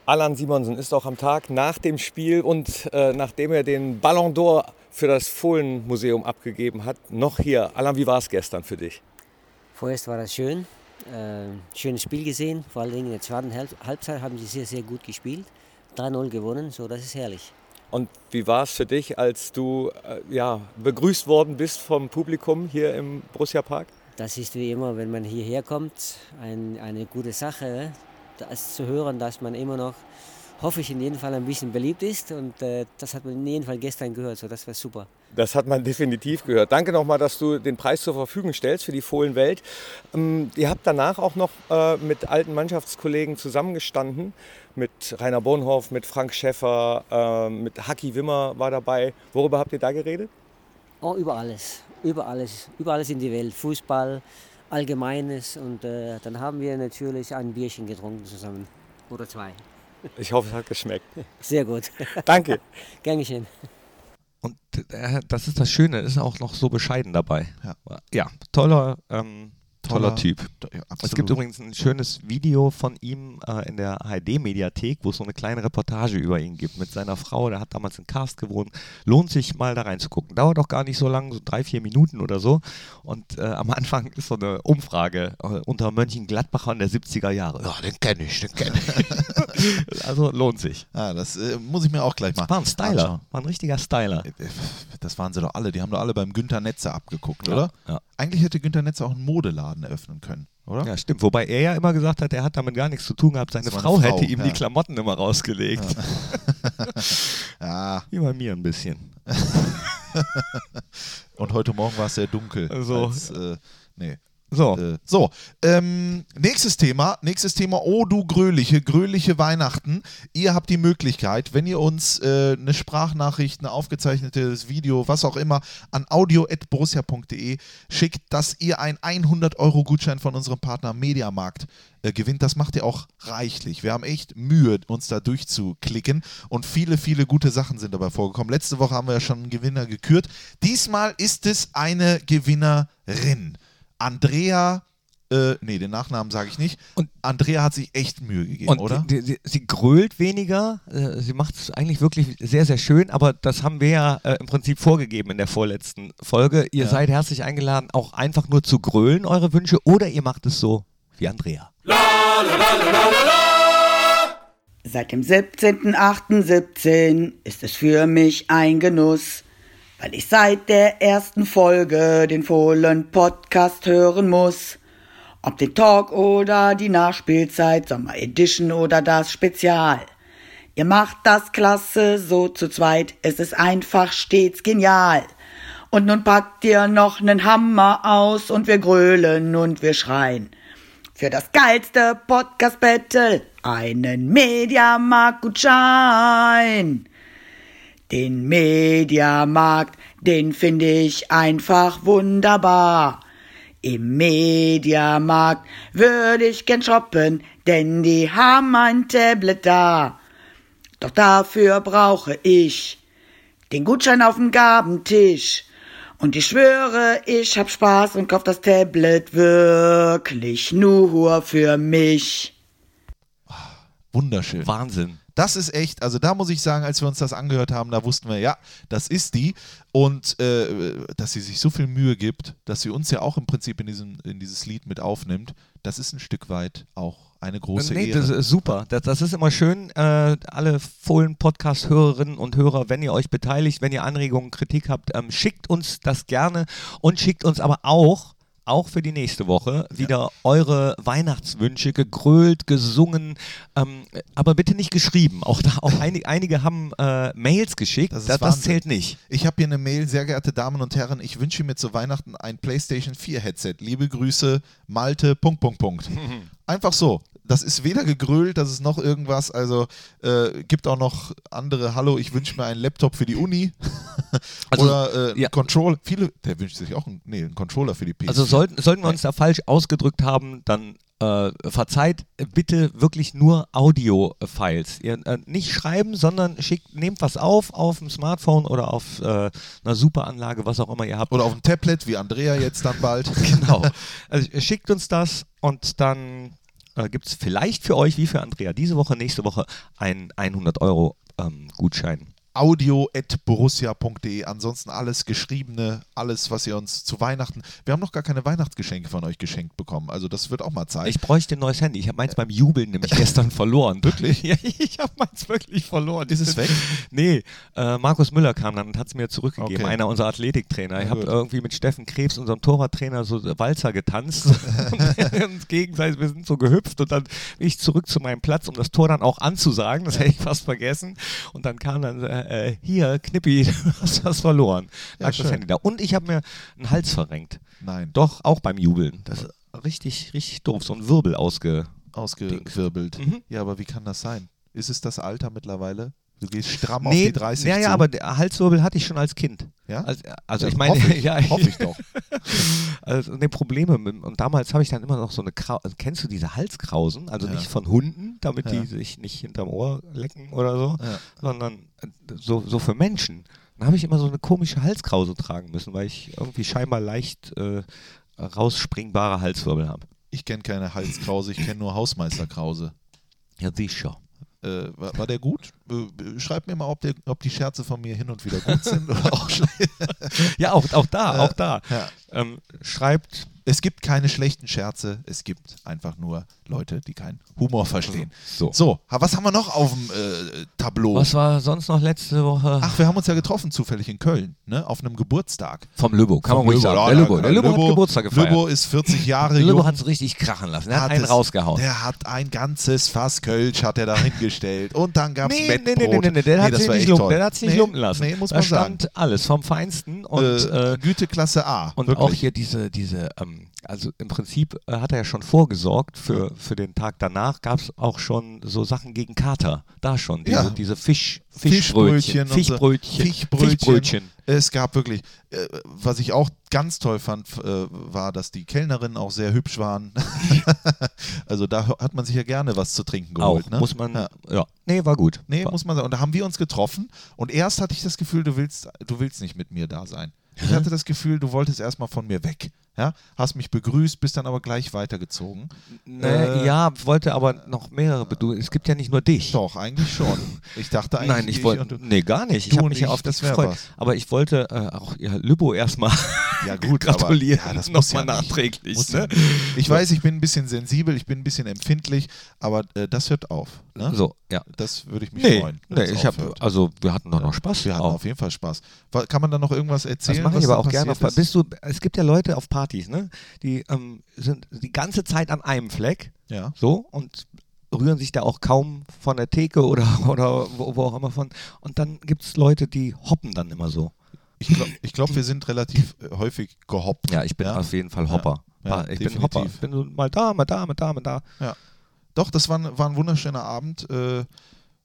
Speaker 5: Alan Simonsen ist auch am Tag nach dem Spiel und äh, nachdem er den Ballon d'Or für das Fohlenmuseum abgegeben hat, noch hier. Alan, wie war es gestern für dich?
Speaker 10: Vorerst war das schön. Äh, schönes Spiel gesehen. Vor allen Dingen in der zweiten Halb Halbzeit haben sie sehr, sehr gut gespielt. 3-0 gewonnen, so das ist herrlich.
Speaker 5: Und wie war es für dich, als du äh, ja, begrüßt worden bist vom Publikum hier im Borussia Park?
Speaker 10: Das ist wie immer, wenn man hierher kommt, ein, eine gute Sache, das zu hören, dass man immer noch, hoffe ich in jedem Fall, ein bisschen beliebt ist. Und äh, das hat man in jedem Fall gestern gehört, so das war super.
Speaker 5: Das hat man definitiv gehört. Danke nochmal, dass du den Preis zur Verfügung stellst für die Fohlenwelt. Ähm, ihr habt danach auch noch äh, mit alten Mannschaftskollegen zusammengestanden. Mit Rainer Bonhoff, mit Frank Schäffer, äh, mit Haki Wimmer war dabei. Worüber habt ihr da geredet?
Speaker 10: Oh, über alles, über alles, über alles in die Welt, Fußball, Allgemeines. Und äh, dann haben wir natürlich ein Bierchen getrunken zusammen. Oder zwei.
Speaker 5: Ich hoffe, es hat geschmeckt.
Speaker 10: Sehr gut,
Speaker 5: Danke.
Speaker 10: gern geschehen.
Speaker 2: Und äh, das ist das Schöne, ist auch noch so bescheiden dabei.
Speaker 1: Ja.
Speaker 2: ja toller, ähm, toller,
Speaker 1: Toller-
Speaker 2: Typ.
Speaker 1: Ja,
Speaker 2: Es
Speaker 1: absolut.
Speaker 2: gibt übrigens ein schönes Video von ihm äh, in der ARD-Mediathek, wo es so eine kleine Reportage über ihn gibt mit seiner Frau. Der hat damals in Karst gewohnt. Lohnt sich mal da reinzugucken. Dauert auch gar nicht so lang, so drei, vier Minuten oder so. Und äh, am Anfang ist so eine Umfrage äh, unter Mönchengladbachern der 70er Jahre. Ja, den kenne ich, den kenne ich. also lohnt sich.
Speaker 1: ah, das äh, muss ich mir auch gleich mal
Speaker 2: War ein
Speaker 1: anschauen.
Speaker 2: Styler, war ein richtiger Styler.
Speaker 1: Das waren sie doch alle. Die haben doch alle beim Günter Netzer abgeguckt,
Speaker 2: Ja,
Speaker 1: oder?
Speaker 2: ja.
Speaker 1: Eigentlich hätte Günter Netzer auch einen Modeladen eröffnen können, oder?
Speaker 2: Ja, stimmt. Wobei er ja immer gesagt hat, er hat damit gar nichts zu tun gehabt. Seine
Speaker 1: Das war
Speaker 2: Frau,
Speaker 1: eine Frau,
Speaker 2: hätte ihm
Speaker 1: ja.
Speaker 2: die Klamotten immer rausgelegt.
Speaker 1: Ja.
Speaker 2: Wie bei mir ein bisschen.
Speaker 1: Und heute Morgen war es sehr dunkel.
Speaker 2: Also-
Speaker 1: als, äh, nee.
Speaker 2: So,
Speaker 1: Äh, so, ähm, nächstes Thema, nächstes Thema, oh du Gröliche, Gröliche Weihnachten. Ihr habt die Möglichkeit, wenn ihr uns äh, eine Sprachnachricht, ein aufgezeichnetes Video, was auch immer, an audio.borussia.de schickt, dass ihr einen 100-Euro-Gutschein von unserem Partner Mediamarkt äh, gewinnt. Das macht ihr auch reichlich. Wir haben echt Mühe, uns da durchzuklicken und viele, viele gute Sachen sind dabei vorgekommen. Letzte Woche haben wir ja schon einen Gewinner gekürt. Diesmal ist es eine Gewinnerin. Andrea äh, nee, den Nachnamen sage ich nicht.
Speaker 2: Und-
Speaker 1: Andrea hat sich echt Mühe gegeben,
Speaker 2: Und
Speaker 1: oder?
Speaker 2: Die, die, sie grölt weniger, äh, sie macht es eigentlich wirklich sehr, sehr schön, aber das haben wir ja äh, im Prinzip vorgegeben in der vorletzten Folge. Ihr seid herzlich eingeladen, auch einfach nur zu grölen eure Wünsche oder ihr macht es so wie Andrea.
Speaker 11: Seit dem 17.08.17 ist es für mich ein Genuss, weil ich seit der ersten Folge den vollen Podcast hören muss. Ob den Talk oder die Nachspielzeit, Sommer Edition oder das Spezial. Ihr macht das klasse, so zu zweit, es ist einfach stets genial. Und nun packt ihr noch nen Hammer aus und wir grölen und wir schreien. Für das geilste Podcast-Battle einen Mediamarkt-Gutschein. Den Mediamarkt, den finde ich einfach wunderbar. Im Mediamarkt würde ich gern shoppen, denn die haben ein Tablet da. Doch dafür brauche ich den Gutschein auf dem Gabentisch. Und ich schwöre, ich hab Spaß und kauf das Tablet wirklich nur für mich.
Speaker 1: Wunderschön.
Speaker 2: Wahnsinn.
Speaker 1: Das ist echt, also da muss ich sagen, als wir uns das angehört haben, da wussten wir, ja, das ist die. Und äh, dass sie sich so viel Mühe gibt, dass sie uns ja auch im Prinzip in, diesem, in dieses Lied mit aufnimmt, das ist ein Stück weit auch eine große
Speaker 2: Äh, Nee,
Speaker 1: Ehre.
Speaker 2: das ist super. Das, das ist immer schön. Äh, alle Fohlen-Podcast-Hörerinnen und Hörer, wenn ihr euch beteiligt, wenn ihr Anregungen, Kritik habt, ähm, schickt uns das gerne und schickt uns aber auch, auch für die nächste Woche, wieder eure Weihnachtswünsche, gegrölt, gesungen, ähm, aber bitte nicht geschrieben. Auch, da, auch einig, einige haben äh, Mails geschickt.
Speaker 1: Das ist
Speaker 2: Das, das,
Speaker 1: Wahnsinn.
Speaker 2: zählt nicht.
Speaker 1: Ich habe hier eine Mail, sehr geehrte Damen und Herren, ich wünsche mir zu Weihnachten ein PlayStation 4 Headset. Liebe Grüße, Malte. Punkt, Punkt, Punkt. Einfach so. Das ist weder gegrölt, das ist noch irgendwas. Also äh, gibt auch noch andere. Hallo, ich wünsche mir einen Laptop für die Uni
Speaker 2: Also,
Speaker 1: oder äh,
Speaker 2: ja.
Speaker 1: Controller. Viele, der wünscht sich auch einen, nee, einen Controller für die PS.
Speaker 2: Also sollten, sollten wir uns da falsch ausgedrückt haben, dann äh, verzeiht bitte wirklich nur Audio-Files. Ihr, äh, nicht schreiben, sondern schickt, nehmt was auf auf dem Smartphone oder auf äh, einer Superanlage, was auch immer ihr habt.
Speaker 1: oder auf dem Tablet, wie Andrea jetzt dann bald.
Speaker 2: genau. Also äh, schickt uns das und dann äh, gibt es vielleicht für euch, wie für Andrea, diese Woche, nächste Woche einen ähm, 100-Euro-Gutschein.
Speaker 1: audio.borussia.de. Ansonsten alles Geschriebene, alles, was ihr uns zu Weihnachten. Wir haben noch gar keine Weihnachtsgeschenke von euch geschenkt bekommen. Also, das wird auch mal Zeit.
Speaker 2: ich bräuchte ein neues Handy. Ich habe meins beim Jubeln nämlich gestern verloren.
Speaker 1: Wirklich?
Speaker 2: Ja, ich habe meins wirklich verloren.
Speaker 1: Ist es weg?
Speaker 2: Nee, äh, Markus Müller kam dann und hat es mir zurückgegeben,
Speaker 1: Okay.
Speaker 2: einer unserer Athletiktrainer. Ich
Speaker 1: Na
Speaker 2: habe
Speaker 1: gut.
Speaker 2: irgendwie mit Steffen Krebs, unserem Torwarttrainer, so Walzer getanzt. und uns gegenseitig, wir sind so gehüpft und dann bin ich zurück zu meinem Platz, um das Tor dann auch anzusagen. Das hätte ich fast vergessen. Und dann kam dann, äh, äh, hier, Knippi, du hast was verloren.
Speaker 1: Ja,
Speaker 2: Lag
Speaker 1: schön.
Speaker 2: das Handy da. Und ich habe mir einen Hals verrenkt.
Speaker 1: Nein, doch
Speaker 2: Doch, auch beim Jubeln. Das ist richtig, richtig doof. So ein Wirbel ausge.
Speaker 1: ausgewirbelt.
Speaker 2: Mhm.
Speaker 1: Ja, aber wie kann das sein? Ist es das Alter mittlerweile? Du gehst stramm auf die 30
Speaker 2: ja, ja,
Speaker 1: zu.
Speaker 2: aber der Halswirbel hatte ich schon als Kind.
Speaker 1: Ja?
Speaker 2: Also, also
Speaker 1: Ja,
Speaker 2: ich meine,
Speaker 1: hoffe ich,
Speaker 2: ja,
Speaker 1: hoffe ich doch.
Speaker 2: Also, ne, Probleme. Mit, und damals habe ich dann immer noch so eine Krau also, Kennst du diese Halskrausen? Also
Speaker 1: Ja.
Speaker 2: nicht von Hunden, damit
Speaker 1: Ja.
Speaker 2: die sich nicht hinterm Ohr lecken oder so,
Speaker 1: Ja.
Speaker 2: sondern äh, so, so für Menschen. Dann habe ich immer so eine komische Halskrause tragen müssen, weil ich irgendwie scheinbar leicht äh, rausspringbare Halswirbel habe.
Speaker 1: Ich kenne keine Halskrause, ich kenne nur Hausmeister Krause.
Speaker 2: Ja, sicher.
Speaker 1: Äh, war, war der gut? Äh, Schreib mir mal, ob, der, ob die Scherze von mir hin und wieder gut sind oder auch schlecht.
Speaker 2: Ja, auch, auch da, auch da.
Speaker 1: ja.
Speaker 2: Ähm, schreibt
Speaker 1: Es gibt keine schlechten Scherze, es gibt einfach nur Leute, die keinen Humor verstehen.
Speaker 2: So.
Speaker 1: so ha- was haben wir noch auf dem äh, Tableau?
Speaker 2: Was war sonst noch letzte Woche?
Speaker 1: Ach, wir haben uns ja getroffen zufällig in Köln, ne? Auf einem Geburtstag.
Speaker 2: vom Löbo, kann man
Speaker 1: Löbo,
Speaker 2: ruhig sagen.
Speaker 1: ja,
Speaker 2: Der Löbo,
Speaker 1: ja,
Speaker 2: der Löbo, hat Geburtstag gefeiert.
Speaker 1: Löbo ist 40 Jahre
Speaker 2: Löbo
Speaker 1: jung.
Speaker 2: hat es richtig krachen lassen. Er hat, einen
Speaker 1: es-
Speaker 2: rausgehauen.
Speaker 1: Der hat ein ganzes Fass Kölsch hat er da hingestellt. Und dann gab es
Speaker 2: Nee, nee, nee,
Speaker 1: Mettbrot.
Speaker 2: nee, nee, nee, der hat
Speaker 1: das
Speaker 2: sich
Speaker 1: war
Speaker 2: nicht,
Speaker 1: echt
Speaker 2: lumpen,
Speaker 1: toll.
Speaker 2: der hat's nicht
Speaker 1: nee,
Speaker 2: lumpen lassen.
Speaker 1: Nee, muss
Speaker 2: da
Speaker 1: man
Speaker 2: stand
Speaker 1: sagen.
Speaker 2: alles vom Feinsten und,
Speaker 1: äh,
Speaker 2: äh,
Speaker 1: Güteklasse A.
Speaker 2: und
Speaker 1: wirklich.
Speaker 2: auch hier diese, diese ähm, also im Prinzip äh, hat er ja schon vorgesorgt für, für den Tag danach, gab es auch schon so Sachen gegen Kater, da schon, diese,
Speaker 1: Ja.
Speaker 2: diese Fisch,
Speaker 1: Fischbrötchen, und
Speaker 2: Fischbrötchen,
Speaker 1: so.
Speaker 2: Fischbrötchen,
Speaker 1: Fischbrötchen.
Speaker 2: Fischbrötchen.
Speaker 1: Es gab wirklich, äh, was ich auch ganz toll fand, f- äh, war, dass die Kellnerinnen auch sehr hübsch waren. also da hat man sich ja gerne was zu trinken geholt.
Speaker 2: auch,
Speaker 1: ne?
Speaker 2: muss man,
Speaker 1: Ja.
Speaker 2: ja. nee, war gut.
Speaker 1: Nee,
Speaker 2: war,
Speaker 1: muss man sagen. Und da haben wir uns getroffen und erst hatte ich das Gefühl, du willst, du willst nicht mit mir da sein. Ich hatte das Gefühl, du wolltest erstmal von mir weg. Ja, hast mich begrüßt, bist dann aber gleich weitergezogen.
Speaker 2: Äh, ja, wollte aber noch mehrere. bedu- Es gibt ja nicht nur dich.
Speaker 1: Doch, eigentlich schon. Ich dachte eigentlich.
Speaker 2: Nein, ich
Speaker 1: und
Speaker 2: wollte.
Speaker 1: du-
Speaker 2: Nee, gar nicht.
Speaker 1: Du
Speaker 2: Ich habe
Speaker 1: und
Speaker 2: mich ja auf
Speaker 1: das
Speaker 2: das
Speaker 1: wär
Speaker 2: gefreut.
Speaker 1: was.
Speaker 2: Aber ich wollte äh, auch ja, Lübbo erstmal
Speaker 1: Ja, gut, aber-
Speaker 2: gratulieren.
Speaker 1: ja, das muss
Speaker 2: nochmal
Speaker 1: ja nicht.
Speaker 2: nachträglich.
Speaker 1: Muss ja
Speaker 2: ne?
Speaker 1: nicht. Ich weiß, ich bin ein bisschen sensibel, ich bin ein bisschen empfindlich, aber äh, das hört auf. Ne?
Speaker 2: So, ja.
Speaker 1: Das würde ich mich
Speaker 2: Nee,
Speaker 1: freuen. wenn
Speaker 2: nee
Speaker 1: es
Speaker 2: ich habe.
Speaker 1: aufhört.
Speaker 2: Also, wir hatten doch noch Spaß.
Speaker 1: Wir hatten
Speaker 2: auch.
Speaker 1: auf jeden Fall Spaß. Wa- Kann man da noch irgendwas
Speaker 2: Das
Speaker 1: erzählen?
Speaker 2: mache
Speaker 1: was
Speaker 2: ich aber
Speaker 1: da
Speaker 2: auch gerne. Auf,
Speaker 1: passiert ist?
Speaker 2: bist du, es gibt ja Leute auf Partys, ne? die ähm, sind die ganze Zeit an einem Fleck
Speaker 1: Ja.
Speaker 2: so und rühren sich da auch kaum von der Theke oder, oder wo, wo auch immer von. Und dann gibt es Leute, die hoppen dann immer so.
Speaker 1: Ich glaube, ich glaub, wir sind relativ äh, häufig gehoppt.
Speaker 2: Ja, ich bin auf jeden Fall Hopper. Ah,
Speaker 1: Ja,
Speaker 2: ich
Speaker 1: definitiv.
Speaker 2: bin Hopper. Ich bin so mal da, mal da, mal da, mal da.
Speaker 1: Ja. Doch, das war, ein- war ein wunderschöner Abend, äh,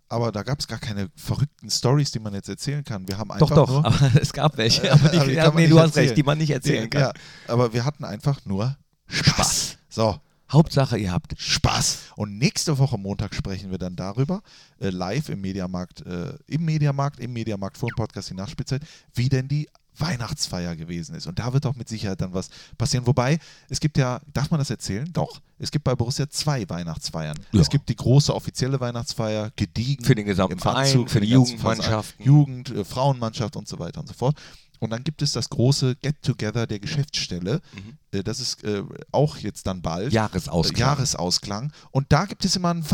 Speaker 1: aber da gab es gar keine verrückten Stories, die man jetzt erzählen kann. Wir haben einfach
Speaker 2: doch, doch.
Speaker 1: nur,
Speaker 2: Aber es gab welche. Äh, Aber die,
Speaker 1: aber die
Speaker 2: ja,
Speaker 1: kann man
Speaker 2: nee,
Speaker 1: nicht
Speaker 2: du hast
Speaker 1: erzählen.
Speaker 2: recht, die man nicht erzählen
Speaker 1: Ja,
Speaker 2: kann.
Speaker 1: Ja, aber wir hatten einfach nur Spaß. So,
Speaker 2: Hauptsache, ihr habt.
Speaker 1: Spaß. Und nächste Woche Montag sprechen wir dann darüber, äh, live im Mediamarkt, äh, im Mediamarkt, im Mediamarkt vor dem Podcast die Nachspielzeit, wie denn die Weihnachtsfeier gewesen ist. Und da wird auch mit Sicherheit dann was passieren. Wobei, es gibt ja, darf man das erzählen? Doch. Es gibt bei Borussia zwei Weihnachtsfeiern.
Speaker 2: Ja.
Speaker 1: Es gibt die große offizielle Weihnachtsfeier, gediegen.
Speaker 2: Für den gesamten
Speaker 1: im
Speaker 2: Verein,
Speaker 1: Anzug,
Speaker 2: für die
Speaker 1: den ganzen
Speaker 2: Jugendmannschaften.
Speaker 1: Verein, Jugend, äh, Frauenmannschaft und so weiter und so fort. Und dann gibt es das große Get-Together der Geschäftsstelle.
Speaker 2: Mhm.
Speaker 1: Äh, Das ist äh, auch jetzt dann bald.
Speaker 2: Jahresausklang.
Speaker 1: Äh, Jahresausklang. Und da gibt es immer ein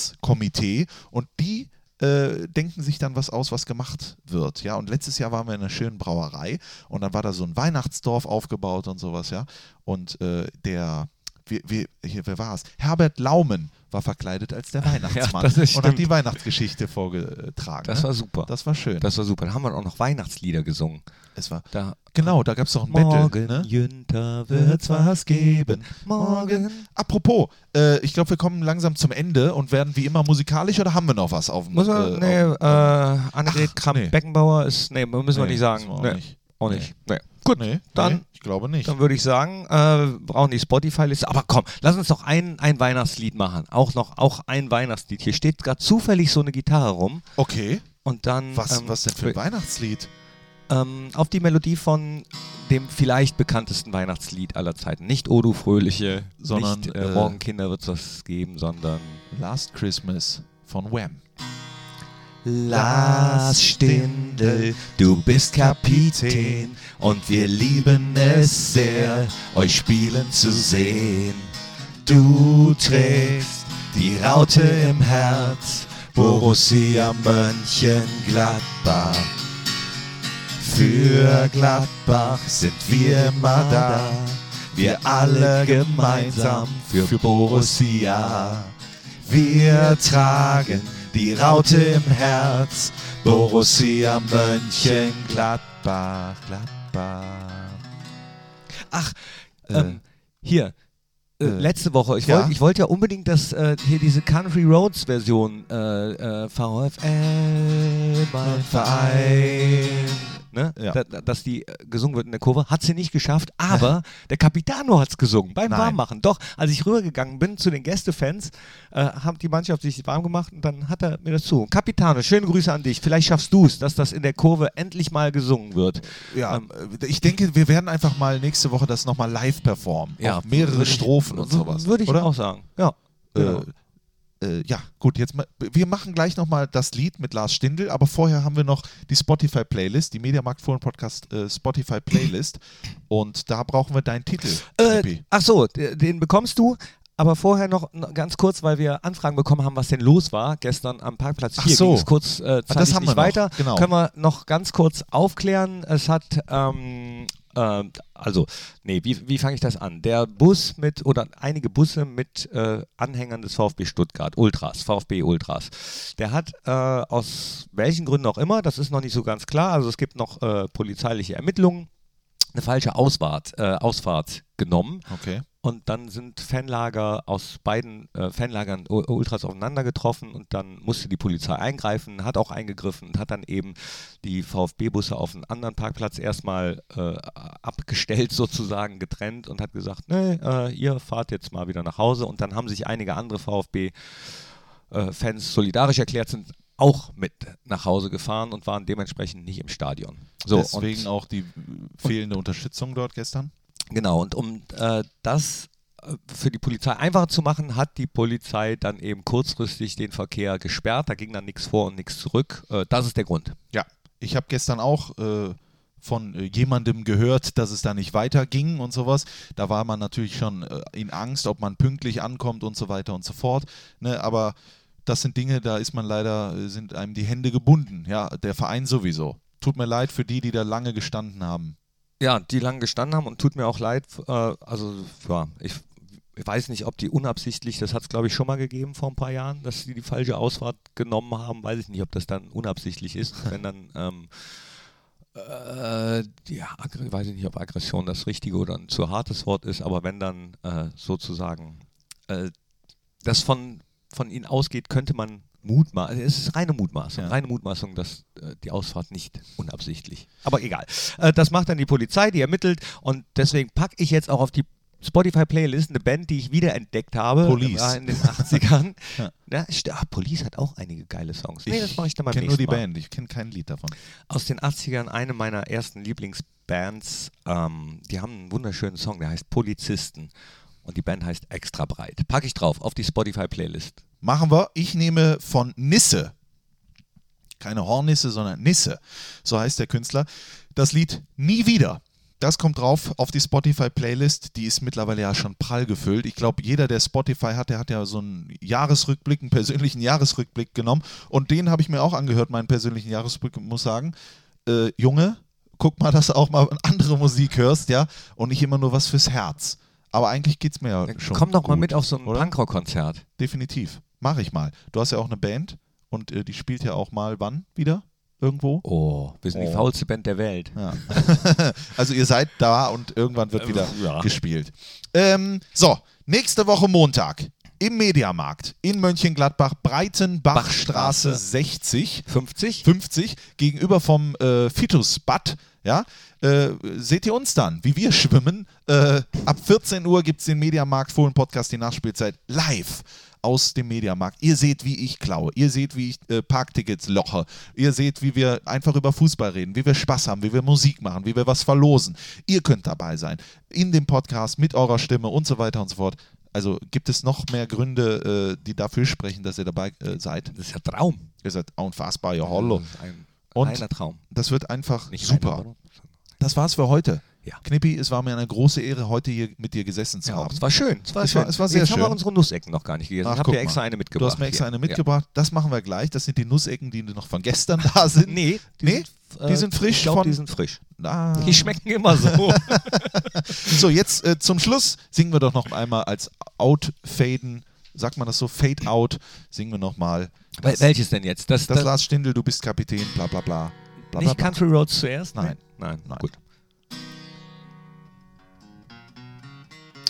Speaker 1: Weihnachtskomitee und die äh, denken sich dann was aus, was gemacht wird. Ja, und letztes Jahr waren wir in einer schönen Brauerei und dann war da so ein Weihnachtsdorf aufgebaut und sowas, ja. Und äh, der, wie, wie, hier, wer war es? Herbert Laumen war verkleidet als der Weihnachtsmann
Speaker 2: das ist
Speaker 1: und hat die
Speaker 2: stimmt.
Speaker 1: Weihnachtsgeschichte vorgetragen.
Speaker 2: Das
Speaker 1: ne?
Speaker 2: war super. Das,
Speaker 1: Das war schön.
Speaker 2: war super. Da haben wir auch noch Weihnachtslieder gesungen.
Speaker 1: es war,
Speaker 2: Da
Speaker 1: genau, da gab es auch ein Battle.
Speaker 2: Morgen,
Speaker 1: Ne?
Speaker 2: Jünter, wird's was geben. Morgen.
Speaker 1: Apropos, äh, ich glaube, wir kommen langsam zum Ende und werden wie immer musikalisch oder haben wir noch was auf dem
Speaker 2: Muss man, nee, äh, Annegret
Speaker 1: Ach, nee.
Speaker 2: Kramp-Beckenbauer ist, nee, müssen wir
Speaker 1: Nee,
Speaker 2: nicht sagen.
Speaker 1: müssen wir auch
Speaker 2: nee.
Speaker 1: nicht.
Speaker 2: Auch
Speaker 1: Nee.
Speaker 2: nicht. Nee. Gut,
Speaker 1: Nee,
Speaker 2: dann,
Speaker 1: nee, ich glaube nicht.
Speaker 2: dann würde ich sagen, äh, wir brauchen die Spotify-Liste. Aber komm, lass uns doch ein, ein Weihnachtslied machen. Auch noch, auch ein Weihnachtslied. Hier steht gerade zufällig so eine Gitarre rum.
Speaker 1: Okay,
Speaker 2: Und dann.
Speaker 1: was,
Speaker 2: ähm,
Speaker 1: was denn für ein Weihnachtslied?
Speaker 2: ähm, Auf die Melodie von dem vielleicht bekanntesten Weihnachtslied aller Zeiten. Nicht O du Fröhliche,
Speaker 1: Sondern,
Speaker 2: nicht,
Speaker 1: äh,
Speaker 2: äh, Morgen Kinder wird's was geben, sondern.
Speaker 1: Last Christmas von Wham.
Speaker 2: Lars Stindl, du bist Kapitän und wir lieben es sehr, euch spielen zu sehen. Du trägst die Raute im Herz, Borussia Mönchengladbach. Für Gladbach sind wir immer da, wir alle gemeinsam für Borussia. Wir tragen die Raute im Herz, Borussia Mönchengladbach, Gladbach. Ach, ähm, hier. Äh, letzte Woche, ich
Speaker 1: ja?
Speaker 2: wollte ich wollte ja unbedingt das, äh, hier diese Country Roads Version äh, äh, VfL, mein Verein, ne?
Speaker 1: Ja.
Speaker 2: da, da, dass die äh, gesungen wird in der Kurve, hat sie nicht geschafft, aber der Capitano hat es gesungen beim
Speaker 1: Nein.
Speaker 2: Warmmachen. Doch, als ich rübergegangen bin zu den Gästefans, äh, hat die Mannschaft sich warm gemacht und dann hat er mir das zu. Capitano, schöne Grüße an dich. Vielleicht schaffst du es, dass das in der Kurve endlich mal gesungen wird.
Speaker 1: Ja,
Speaker 2: Ähm,
Speaker 1: äh, ich denke, wir werden einfach mal nächste Woche das nochmal live performen.
Speaker 2: Ja,
Speaker 1: auf mehrere
Speaker 2: würde ich-
Speaker 1: Strophen und
Speaker 2: w-
Speaker 1: sowas.
Speaker 2: Würde ich
Speaker 1: oder?
Speaker 2: auch sagen. Ja. Genau.
Speaker 1: Äh, äh, ja, gut, jetzt mal, wir machen gleich nochmal das Lied mit Lars Stindl, aber vorher haben wir noch die Spotify-Playlist, die Mediamarkt Forum Podcast äh, Spotify-Playlist und da brauchen wir deinen Titel.
Speaker 2: Äh,
Speaker 1: Seppi.
Speaker 2: ach so, d- den bekommst du. Aber vorher noch n- ganz kurz, weil wir Anfragen bekommen haben, was denn los war gestern am Parkplatz.
Speaker 1: Ach
Speaker 2: Hier
Speaker 1: so.
Speaker 2: ging es kurz äh,
Speaker 1: Ah,
Speaker 2: zeitlich
Speaker 1: das haben wir
Speaker 2: nicht
Speaker 1: noch.
Speaker 2: weiter.
Speaker 1: Genau.
Speaker 2: Können wir noch ganz kurz aufklären. Es hat, ähm, ähm, also, nee, wie, wie fange ich das an? Der Bus mit, oder einige Busse mit äh, Anhängern des VfB Stuttgart, Ultras, VfB Ultras, der hat äh, aus welchen Gründen auch immer, das ist noch nicht so ganz klar, also es gibt noch äh, polizeiliche Ermittlungen, eine falsche Ausfahrt, äh, Ausfahrt genommen.
Speaker 1: okay.
Speaker 2: Und dann sind Fanlager aus beiden äh, Fanlagern U- Ultras aufeinander getroffen und dann musste die Polizei eingreifen, hat auch eingegriffen und hat dann eben die VfB-Busse auf einen anderen Parkplatz erstmal äh, abgestellt, sozusagen getrennt und hat gesagt, nee, äh, ihr fahrt jetzt mal wieder nach Hause. Und dann haben sich einige andere VfB-Fans solidarisch erklärt, sind auch mit nach Hause gefahren und waren dementsprechend nicht im Stadion. So,
Speaker 1: Deswegen
Speaker 2: und
Speaker 1: auch die äh, fehlende Unterstützung dort gestern.
Speaker 2: Genau, und um äh, das äh, für die Polizei einfacher zu machen, hat die Polizei dann eben kurzfristig den Verkehr gesperrt. Da ging dann nichts vor und nichts zurück. Äh, das ist der Grund.
Speaker 1: Ja, ich habe gestern auch äh, von äh, jemandem gehört, dass es da nicht weiterging und sowas. Da war man natürlich schon äh, in Angst, ob man pünktlich ankommt und so weiter und so fort. Ne, aber das sind Dinge, da ist man leider, äh, sind einem die Hände gebunden. Ja, der Verein sowieso. Tut mir leid für die, die da lange gestanden haben.
Speaker 2: Ja, die lange gestanden haben und tut mir auch leid. Äh, also, ja, ich, ich weiß nicht, ob die unabsichtlich, das hat es glaube ich schon mal gegeben vor ein paar Jahren, dass die die falsche Ausfahrt genommen haben. Weiß ich nicht, ob das dann unabsichtlich ist, wenn dann. Ähm, äh, ja, aggr- weiß ich nicht, ob Aggression das richtige oder ein zu hartes Wort ist, aber wenn dann äh, sozusagen äh, das von, von ihnen ausgeht, könnte man mutmaßen, es ist reine Mutmaßung, reine Mutmaßung, dass äh, die Ausfahrt nicht unabsichtlich, aber egal. Äh, das macht dann die Polizei, die ermittelt und deswegen packe ich jetzt auch auf die Spotify-Playlist eine Band, die ich wiederentdeckt habe
Speaker 1: Police.
Speaker 2: äh, in den 80ern. ja. st- ah, Police hat auch einige geile Songs. Nee, das mache ich dann mal
Speaker 1: Ich kenne nur die
Speaker 2: Mal
Speaker 1: Band, ich kenne kein Lied davon.
Speaker 2: aus den 80ern eine meiner ersten Lieblingsbands. Ähm, die haben einen wunderschönen Song, der heißt Polizisten. Und die Band heißt Extra Breit. Packe ich drauf auf die Spotify-Playlist.
Speaker 1: Machen wir. Ich nehme von Nisse. Keine Hornisse, sondern Nisse. So heißt der Künstler. Das Lied Nie wieder. Das kommt drauf auf die Spotify-Playlist. Die ist mittlerweile ja schon prall gefüllt. Ich glaube, jeder, der Spotify hat, der hat ja so einen Jahresrückblick, einen persönlichen Jahresrückblick genommen. Und den habe ich mir auch angehört, meinen persönlichen Jahresrückblick, muss sagen. Äh, Junge, guck mal, dass du auch mal andere Musik hörst, ja. Und nicht immer nur was fürs Herz. Aber eigentlich geht es mir ja schon.
Speaker 2: Komm doch mal
Speaker 1: gut,
Speaker 2: mit auf so ein
Speaker 1: oder?
Speaker 2: Punkrock-Konzert.
Speaker 1: Definitiv. Mache ich mal. Du hast ja auch eine Band und äh, die spielt ja auch mal wann wieder? Irgendwo?
Speaker 2: Oh, wir sind die
Speaker 1: Oh.
Speaker 2: faulste Band der Welt.
Speaker 1: Ja. also ihr seid da und irgendwann wird wieder
Speaker 2: ja.
Speaker 1: gespielt. Ähm, so, nächste Woche Montag im Mediamarkt in Mönchengladbach, Breitenbachstraße
Speaker 2: Bachstraße.
Speaker 1: 60.
Speaker 2: 50?
Speaker 1: 50 gegenüber vom äh, Fitusbad. Ja, äh, seht ihr uns dann, wie wir schwimmen. Äh, ab 14 Uhr gibt es den Mediamarkt Fohlen Podcast, die Nachspielzeit live aus dem Mediamarkt. Ihr seht, wie ich klaue. Ihr seht, wie ich äh, Parktickets loche. Ihr seht, wie wir einfach über Fußball reden, wie wir Spaß haben, wie wir Musik machen, wie wir was verlosen. Ihr könnt dabei sein. In dem Podcast mit eurer Stimme und so weiter und so fort. Also gibt es noch mehr Gründe, äh, die dafür sprechen, dass ihr dabei äh, seid.
Speaker 2: Das ist ja Traum.
Speaker 1: Ihr seid unfassbar, ihr Hollo.
Speaker 2: Das ist Ein
Speaker 1: Und-
Speaker 2: reiner Traum.
Speaker 1: Das wird einfach
Speaker 2: Nicht
Speaker 1: super.
Speaker 2: reiner Traum.
Speaker 1: das war's für heute.
Speaker 2: Ja.
Speaker 1: Knippi, es war mir eine große Ehre, heute hier mit dir gesessen zu
Speaker 2: Ja,
Speaker 1: haben.
Speaker 2: es war schön. Es war,
Speaker 1: Es
Speaker 2: schön.
Speaker 1: war- es war sehr
Speaker 2: Jetzt haben wir
Speaker 1: schön.
Speaker 2: unsere Nussecken noch gar nicht gegessen.
Speaker 1: Ach,
Speaker 2: ich habe
Speaker 1: guck
Speaker 2: dir extra
Speaker 1: mal.
Speaker 2: eine mitgebracht.
Speaker 1: du hast mir extra
Speaker 2: hier.
Speaker 1: eine
Speaker 2: Ja.
Speaker 1: mitgebracht. Das machen wir gleich. Das sind die Nussecken, die noch von gestern da sind.
Speaker 2: Nee,
Speaker 1: Nee, die
Speaker 2: äh,
Speaker 1: sind frisch
Speaker 2: Ich glaub,
Speaker 1: von- Ah.
Speaker 2: die sind frisch.
Speaker 1: Na.
Speaker 2: Die schmecken immer so.
Speaker 1: So, jetzt äh, zum Schluss singen wir doch noch einmal als Outfaden, sagt man das so, Fade Out, singen wir nochmal.
Speaker 2: Wel- Welches denn jetzt? Das,
Speaker 1: Das
Speaker 2: das,
Speaker 1: Lars Stindl, du bist Kapitän, bla bla bla. bla, bla,
Speaker 2: nicht
Speaker 1: bla.
Speaker 2: Country Roads zuerst?
Speaker 1: Nein.
Speaker 2: Nein,
Speaker 1: Nein.
Speaker 2: gut.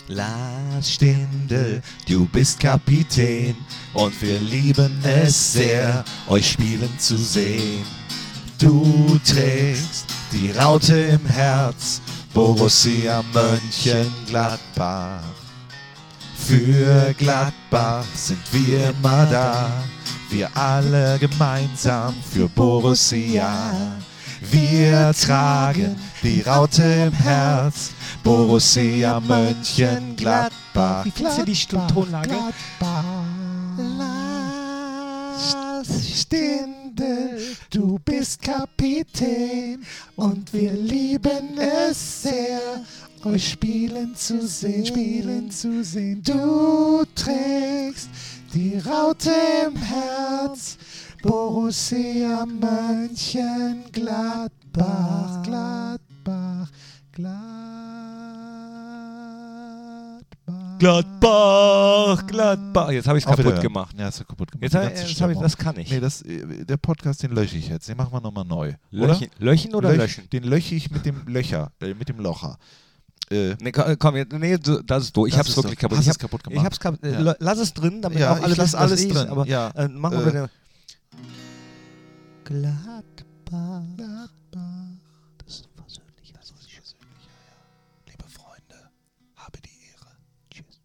Speaker 2: Lars Stindel, du bist Kapitän und wir lieben es sehr, euch spielen zu sehen. Du trägst
Speaker 1: die Raute im Herz, Borussia Mönchengladbach. Für Gladbach sind wir immer da, wir alle gemeinsam für Borussia. Wir tragen die Raute im Herz, Borussia Mönchengladbach.
Speaker 2: Wie findest du die
Speaker 1: Gladbach,
Speaker 2: Tonlage?
Speaker 1: Gladbach. Lars Stindel, du bist Kapitän und wir lieben es sehr, euch spielen zu sehen, spielen zu sehen. Du trägst die Raute im Herz, Borussia Mönchengladbach, Gladbach, Gladbach.
Speaker 2: Gladbach, Gladbach. Jetzt habe ich es kaputt gemacht.
Speaker 1: Ja, hast du kaputt gemacht.
Speaker 2: Jetzt
Speaker 1: Die
Speaker 2: hab-
Speaker 1: ganze
Speaker 2: jetzt hab ich,
Speaker 1: Stimmung.
Speaker 2: das kann ich.
Speaker 1: Nee, das, äh, der Podcast, den lösche ich jetzt. Den machen wir nochmal neu.
Speaker 2: löchen, löchen
Speaker 1: Oder?
Speaker 2: oder
Speaker 1: Löch-
Speaker 2: löschen?
Speaker 1: Den lösche ich mit dem Löcher, äh, mit dem Locher. Äh,
Speaker 2: Nee, ko- komm, jetzt- nee, so- das ist doof. Ich
Speaker 1: Das
Speaker 2: hab's
Speaker 1: ist
Speaker 2: wirklich
Speaker 1: doof.
Speaker 2: kaputt.
Speaker 1: Hast
Speaker 2: ich
Speaker 1: es kaputt gemacht.
Speaker 2: Ich hab's kaputt. äh,
Speaker 1: Ja.
Speaker 2: lo- Lass es drin, damit
Speaker 1: Ja,
Speaker 2: auch alle
Speaker 1: ich lass
Speaker 2: wissen, was
Speaker 1: alles
Speaker 2: es ist,
Speaker 1: drin.
Speaker 2: Aber
Speaker 1: Ja.
Speaker 2: äh, machen wir
Speaker 1: Äh,
Speaker 2: bitte. Gladbach. Das ist versöhnlich. Das ist versöhnlich.
Speaker 1: liebe Freunde, habe die Ehre. Tschüss.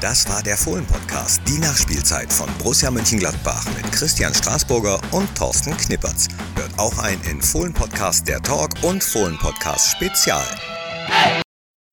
Speaker 2: Das war der Fohlen-Podcast, die Nachspielzeit von Borussia Mönchengladbach mit Christian Straßburger und Thorsten Knippertz. Hört auch ein in Fohlen-Podcast der Talk und Fohlen-Podcast Spezial.